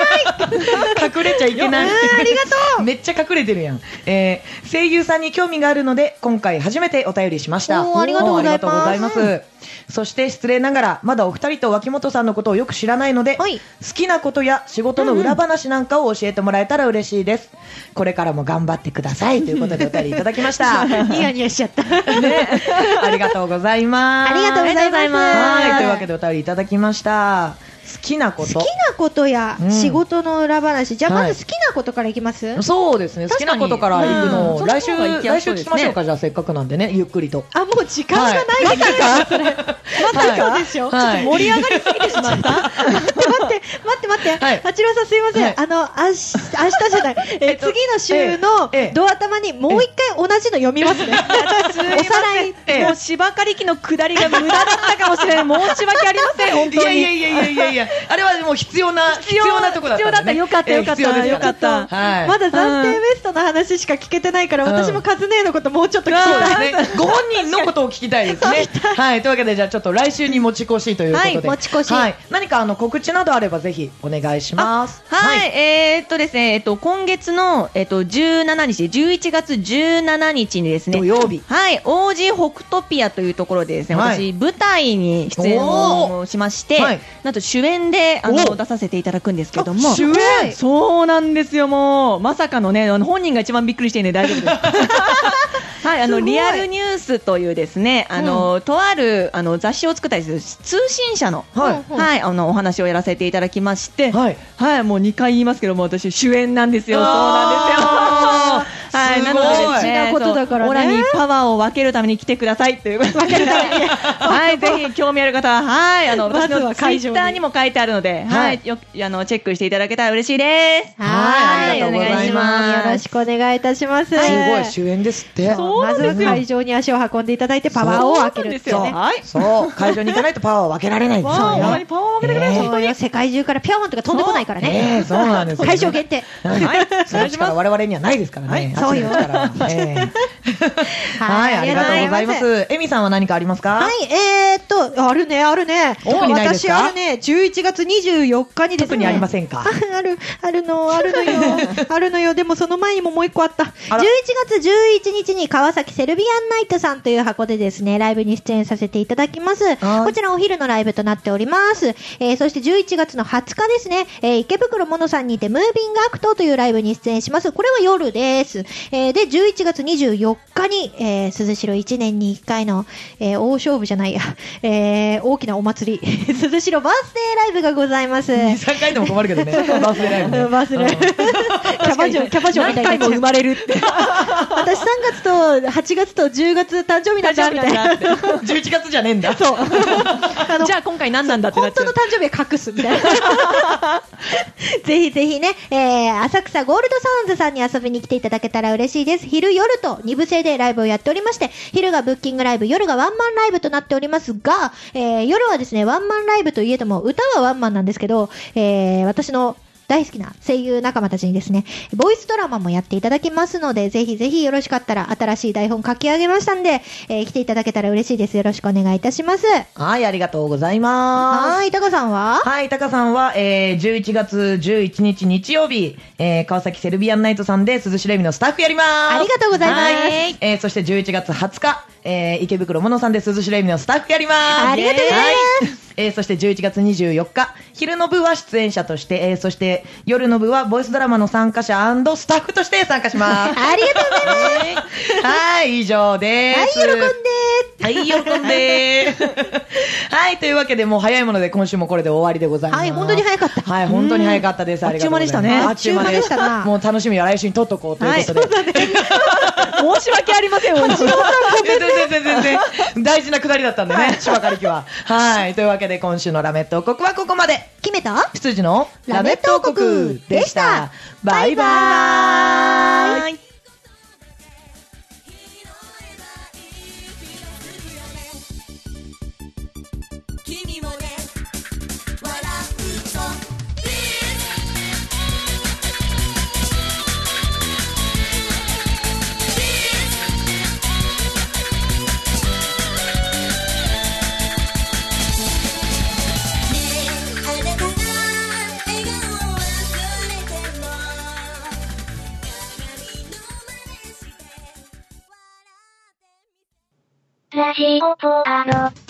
[SPEAKER 2] 隠れちゃいけな
[SPEAKER 1] う
[SPEAKER 2] い
[SPEAKER 1] んありがとう
[SPEAKER 2] めっちゃ隠れてるやん、えー声優さんに興味があるので今回初めてお便りしました
[SPEAKER 1] おーありがとうございます
[SPEAKER 2] おーありがとうございますそして失礼ながらまだお二人と脇本さんのことをよく知らないので、
[SPEAKER 1] はい
[SPEAKER 2] 好きなことや仕事の裏話なんかを教えてもらえたら嬉しいです、これからも頑張ってくださいということでお便りいただきまし たね
[SPEAKER 1] ニヤニヤしちゃった。
[SPEAKER 2] ありがとうございま
[SPEAKER 1] あ
[SPEAKER 2] す
[SPEAKER 1] りがとうございます。
[SPEAKER 2] はいというわけでお便りいただきました好きな こと
[SPEAKER 1] 好きなことや
[SPEAKER 2] うん
[SPEAKER 1] 仕事の裏話、じゃあ
[SPEAKER 2] はい
[SPEAKER 1] まず好きなことからいきます、
[SPEAKER 2] そうですね。好
[SPEAKER 3] 確
[SPEAKER 2] き
[SPEAKER 3] かに
[SPEAKER 2] なことから行くのを、
[SPEAKER 3] うん
[SPEAKER 2] 来週、
[SPEAKER 3] そっちの方が行きや
[SPEAKER 2] 来
[SPEAKER 3] すそ
[SPEAKER 2] 週
[SPEAKER 3] うで
[SPEAKER 2] 聞き
[SPEAKER 3] すね
[SPEAKER 2] ましょうか、じゃあせっかくなんでね、ゆっくりと。
[SPEAKER 1] あもう時間がない
[SPEAKER 2] はい、
[SPEAKER 1] まさか、
[SPEAKER 2] はい
[SPEAKER 1] でしょ、
[SPEAKER 2] はい
[SPEAKER 1] ちょっと盛り上がりすぎてしまった待って待って待って待って、
[SPEAKER 2] はい
[SPEAKER 1] 八郎さんすいません、
[SPEAKER 2] はい
[SPEAKER 1] あの明日明日じゃない、 え
[SPEAKER 2] えっと
[SPEAKER 1] 次の週の
[SPEAKER 2] ええ
[SPEAKER 1] ドア頭にもう一回同じの読みます ね、おさら い
[SPEAKER 2] ええ
[SPEAKER 3] もう芝刈り機の下りが無駄だったかもしれない。申し訳ありません、本
[SPEAKER 2] い
[SPEAKER 3] 当
[SPEAKER 2] やい
[SPEAKER 3] に。
[SPEAKER 2] やいやいやいやいや、あれはもう必要な、必
[SPEAKER 3] 要
[SPEAKER 2] 要なとこだったんでね。
[SPEAKER 3] 必要だったよかったよか
[SPEAKER 2] ええ
[SPEAKER 3] った
[SPEAKER 2] 必要ですら
[SPEAKER 3] よかっ
[SPEAKER 2] はい。
[SPEAKER 1] まだ暫定ベストの話しか聞けてないから、
[SPEAKER 2] うん
[SPEAKER 1] 私もカズネーのこともうちょっと聞き
[SPEAKER 2] そうで
[SPEAKER 1] たい、
[SPEAKER 2] すね。ご本人のことを聞きたいですね。はい。というわけで、じゃあちょっと来週に持ち越しということで。
[SPEAKER 1] はい持ち越し
[SPEAKER 2] はい。何かあの告知などあればぜひお願いします。
[SPEAKER 3] はい、。えーっとですね、えっと、今月の、えっと、17日、11月17日にですね、
[SPEAKER 2] 土曜日
[SPEAKER 3] はい、王子北トピアというところでですね、
[SPEAKER 2] はい
[SPEAKER 3] 私、舞台に出演をしまして、
[SPEAKER 2] はい
[SPEAKER 3] なんと主演で、あ
[SPEAKER 2] お
[SPEAKER 3] の、出させていただくんですけども、
[SPEAKER 2] あ主演
[SPEAKER 3] はいそうなんですよ、もう、まさかのね、あの本人が一番びっくりしてるんで大丈夫です。はい、あの、
[SPEAKER 1] すごい
[SPEAKER 3] リアルニュースというですね、あの、とある、あの、雑誌を作ったりする通信社の、
[SPEAKER 2] はい
[SPEAKER 1] うん
[SPEAKER 3] はい、あのお話をやらせていただきまして、はい、
[SPEAKER 2] はい。
[SPEAKER 3] もう2回言いますけども、私、主演なんですよ、そうなん
[SPEAKER 2] あ
[SPEAKER 3] で
[SPEAKER 2] ー
[SPEAKER 3] すよ、はい、
[SPEAKER 2] すごい
[SPEAKER 3] なのでですね、
[SPEAKER 1] 大事なことだからね
[SPEAKER 3] そうオラにパワーを分けるために来てくださいということで、はい、ぜひ興味ある方は、はい、あの
[SPEAKER 1] ま
[SPEAKER 3] 私
[SPEAKER 1] ずは
[SPEAKER 3] のツイ
[SPEAKER 1] 会場に
[SPEAKER 3] ッターにも書いてあるので、
[SPEAKER 2] は
[SPEAKER 3] はいい、よあのチェックしていただけたら嬉しいです。
[SPEAKER 2] はい
[SPEAKER 3] ありがとうございます
[SPEAKER 1] よろしくお願いいたします。
[SPEAKER 2] すごい主演ですって。
[SPEAKER 3] そう
[SPEAKER 1] ま
[SPEAKER 3] なん
[SPEAKER 1] ず
[SPEAKER 3] ですよ
[SPEAKER 1] は会場に足を運んでいただいてパワーを開けるってい
[SPEAKER 3] そうう
[SPEAKER 1] ね。
[SPEAKER 3] なんですよ
[SPEAKER 2] そう。会場に行かないとパワーは分けられないんです
[SPEAKER 3] はい、わあ、
[SPEAKER 2] よ
[SPEAKER 3] ほんま
[SPEAKER 2] ね
[SPEAKER 3] に。パワーを分けてくれ、
[SPEAKER 2] ね
[SPEAKER 3] 本
[SPEAKER 1] そ
[SPEAKER 3] 当
[SPEAKER 1] う
[SPEAKER 3] に
[SPEAKER 1] よ。世界中からピョンとか飛んでこないから
[SPEAKER 2] ええ
[SPEAKER 1] ね。
[SPEAKER 2] そうなんですよ
[SPEAKER 1] 会場限定。
[SPEAKER 2] はい、それしか我々にはないですからね。
[SPEAKER 1] はい
[SPEAKER 2] あっちの力はええはい、ありがとうございま。す。エミさんは何かありますか
[SPEAKER 1] は。い、えー、っと、あるね、あるね。
[SPEAKER 2] 特にないです
[SPEAKER 1] 私
[SPEAKER 2] か
[SPEAKER 1] あるね、11月24日にですね。
[SPEAKER 2] 特にありませんか
[SPEAKER 1] あ。 ある、あるの、あるのよ。 あるのよ。でもその前にももう一個あった。11
[SPEAKER 2] あら
[SPEAKER 1] 月11日に川崎セルビアンナイトさんという箱でですね、ライブに出演させていただきます。
[SPEAKER 2] はい
[SPEAKER 1] こちらお昼のライブとなっております。えーそして11月の20日ですね、えー池袋モノさんにてムービングアクトというライブに出演します。これは夜です。えーで、11月24日に、えー、鈴代1年に1回の、えー大勝負じゃないや、えー大きなお祭り、 鈴代バースデーライブがございます。
[SPEAKER 2] 二三回でも困るけどね。バースデーライブね
[SPEAKER 1] うん バースデーライブ
[SPEAKER 2] うん
[SPEAKER 1] キャバ嬢、キャバ嬢みたいになっちゃう。
[SPEAKER 3] まれるって。
[SPEAKER 1] 私3月と8月と10月誕生日なんだみたいな。
[SPEAKER 2] 11月じゃねえんだ。そう。
[SPEAKER 1] あの
[SPEAKER 3] じゃあ今回何なんだってな
[SPEAKER 1] 本
[SPEAKER 3] っち
[SPEAKER 1] 当
[SPEAKER 3] ゃう
[SPEAKER 1] の誕生日は隠すみたい な。ぜひぜひね、えー、浅草ゴールドサウンズさんに遊びに来ていただけたら嬉しいです。昼夜と2部制でライブをやっておりまして、昼がブッキングライブ、夜がワンマンライブとなっておりますが、えー、夜はですね、ワンマンライブといえども、歌はワンマンなんですけど、えー、私の大好きな声優仲間たちにですね、ボイスドラマもやっていただきますので、ぜひぜひよろしかったら新しい台本書き上げましたんで、えー来ていただけたら嬉しいです。よろしくお願いいたします。
[SPEAKER 2] はい、ありがとうございます。
[SPEAKER 1] はい、タカさんは
[SPEAKER 2] はい、タカさんは、えー、11月11日日曜日、えー、川崎セルビアンナイトさんで、鈴しレミのスタッフやります。
[SPEAKER 1] ありがとうございます
[SPEAKER 2] はえー、そして11月20日、えー、池袋モノさんで、鈴しレミのスタッフやります。。
[SPEAKER 1] ありがとうございます
[SPEAKER 2] えー、そして11月24日、昼の部は出演者として、えー、そして夜の部はボイスドラマの参加者スタッフとして参加し ます。
[SPEAKER 1] ありがとうございます。
[SPEAKER 2] はい、以上です。
[SPEAKER 1] はい、喜んで
[SPEAKER 2] はい、喜んでー はい、というわけで、もう早いもので、今週もこれで終わりでございます。
[SPEAKER 1] はい本当に早かった
[SPEAKER 2] はい、本当に早かったです。
[SPEAKER 3] うん
[SPEAKER 2] ありがとうございます
[SPEAKER 3] あ
[SPEAKER 1] っちゅう間でしたねあっち
[SPEAKER 2] あっちゅう間
[SPEAKER 1] ゅう間でしたな
[SPEAKER 2] もう楽しみは来週に撮っとこうということで。
[SPEAKER 3] 申し訳ありません、本当に。
[SPEAKER 2] 全然全然全然。大事なくだりだったんでね、芝刈り機は。はい、というわけで、今週のラメット王国はここまで。
[SPEAKER 1] 決めた
[SPEAKER 2] 羊の
[SPEAKER 1] ラメット王国でした
[SPEAKER 2] バイバーイ
[SPEAKER 3] はい
[SPEAKER 4] 君もね笑うと「
[SPEAKER 5] ラジオポアド。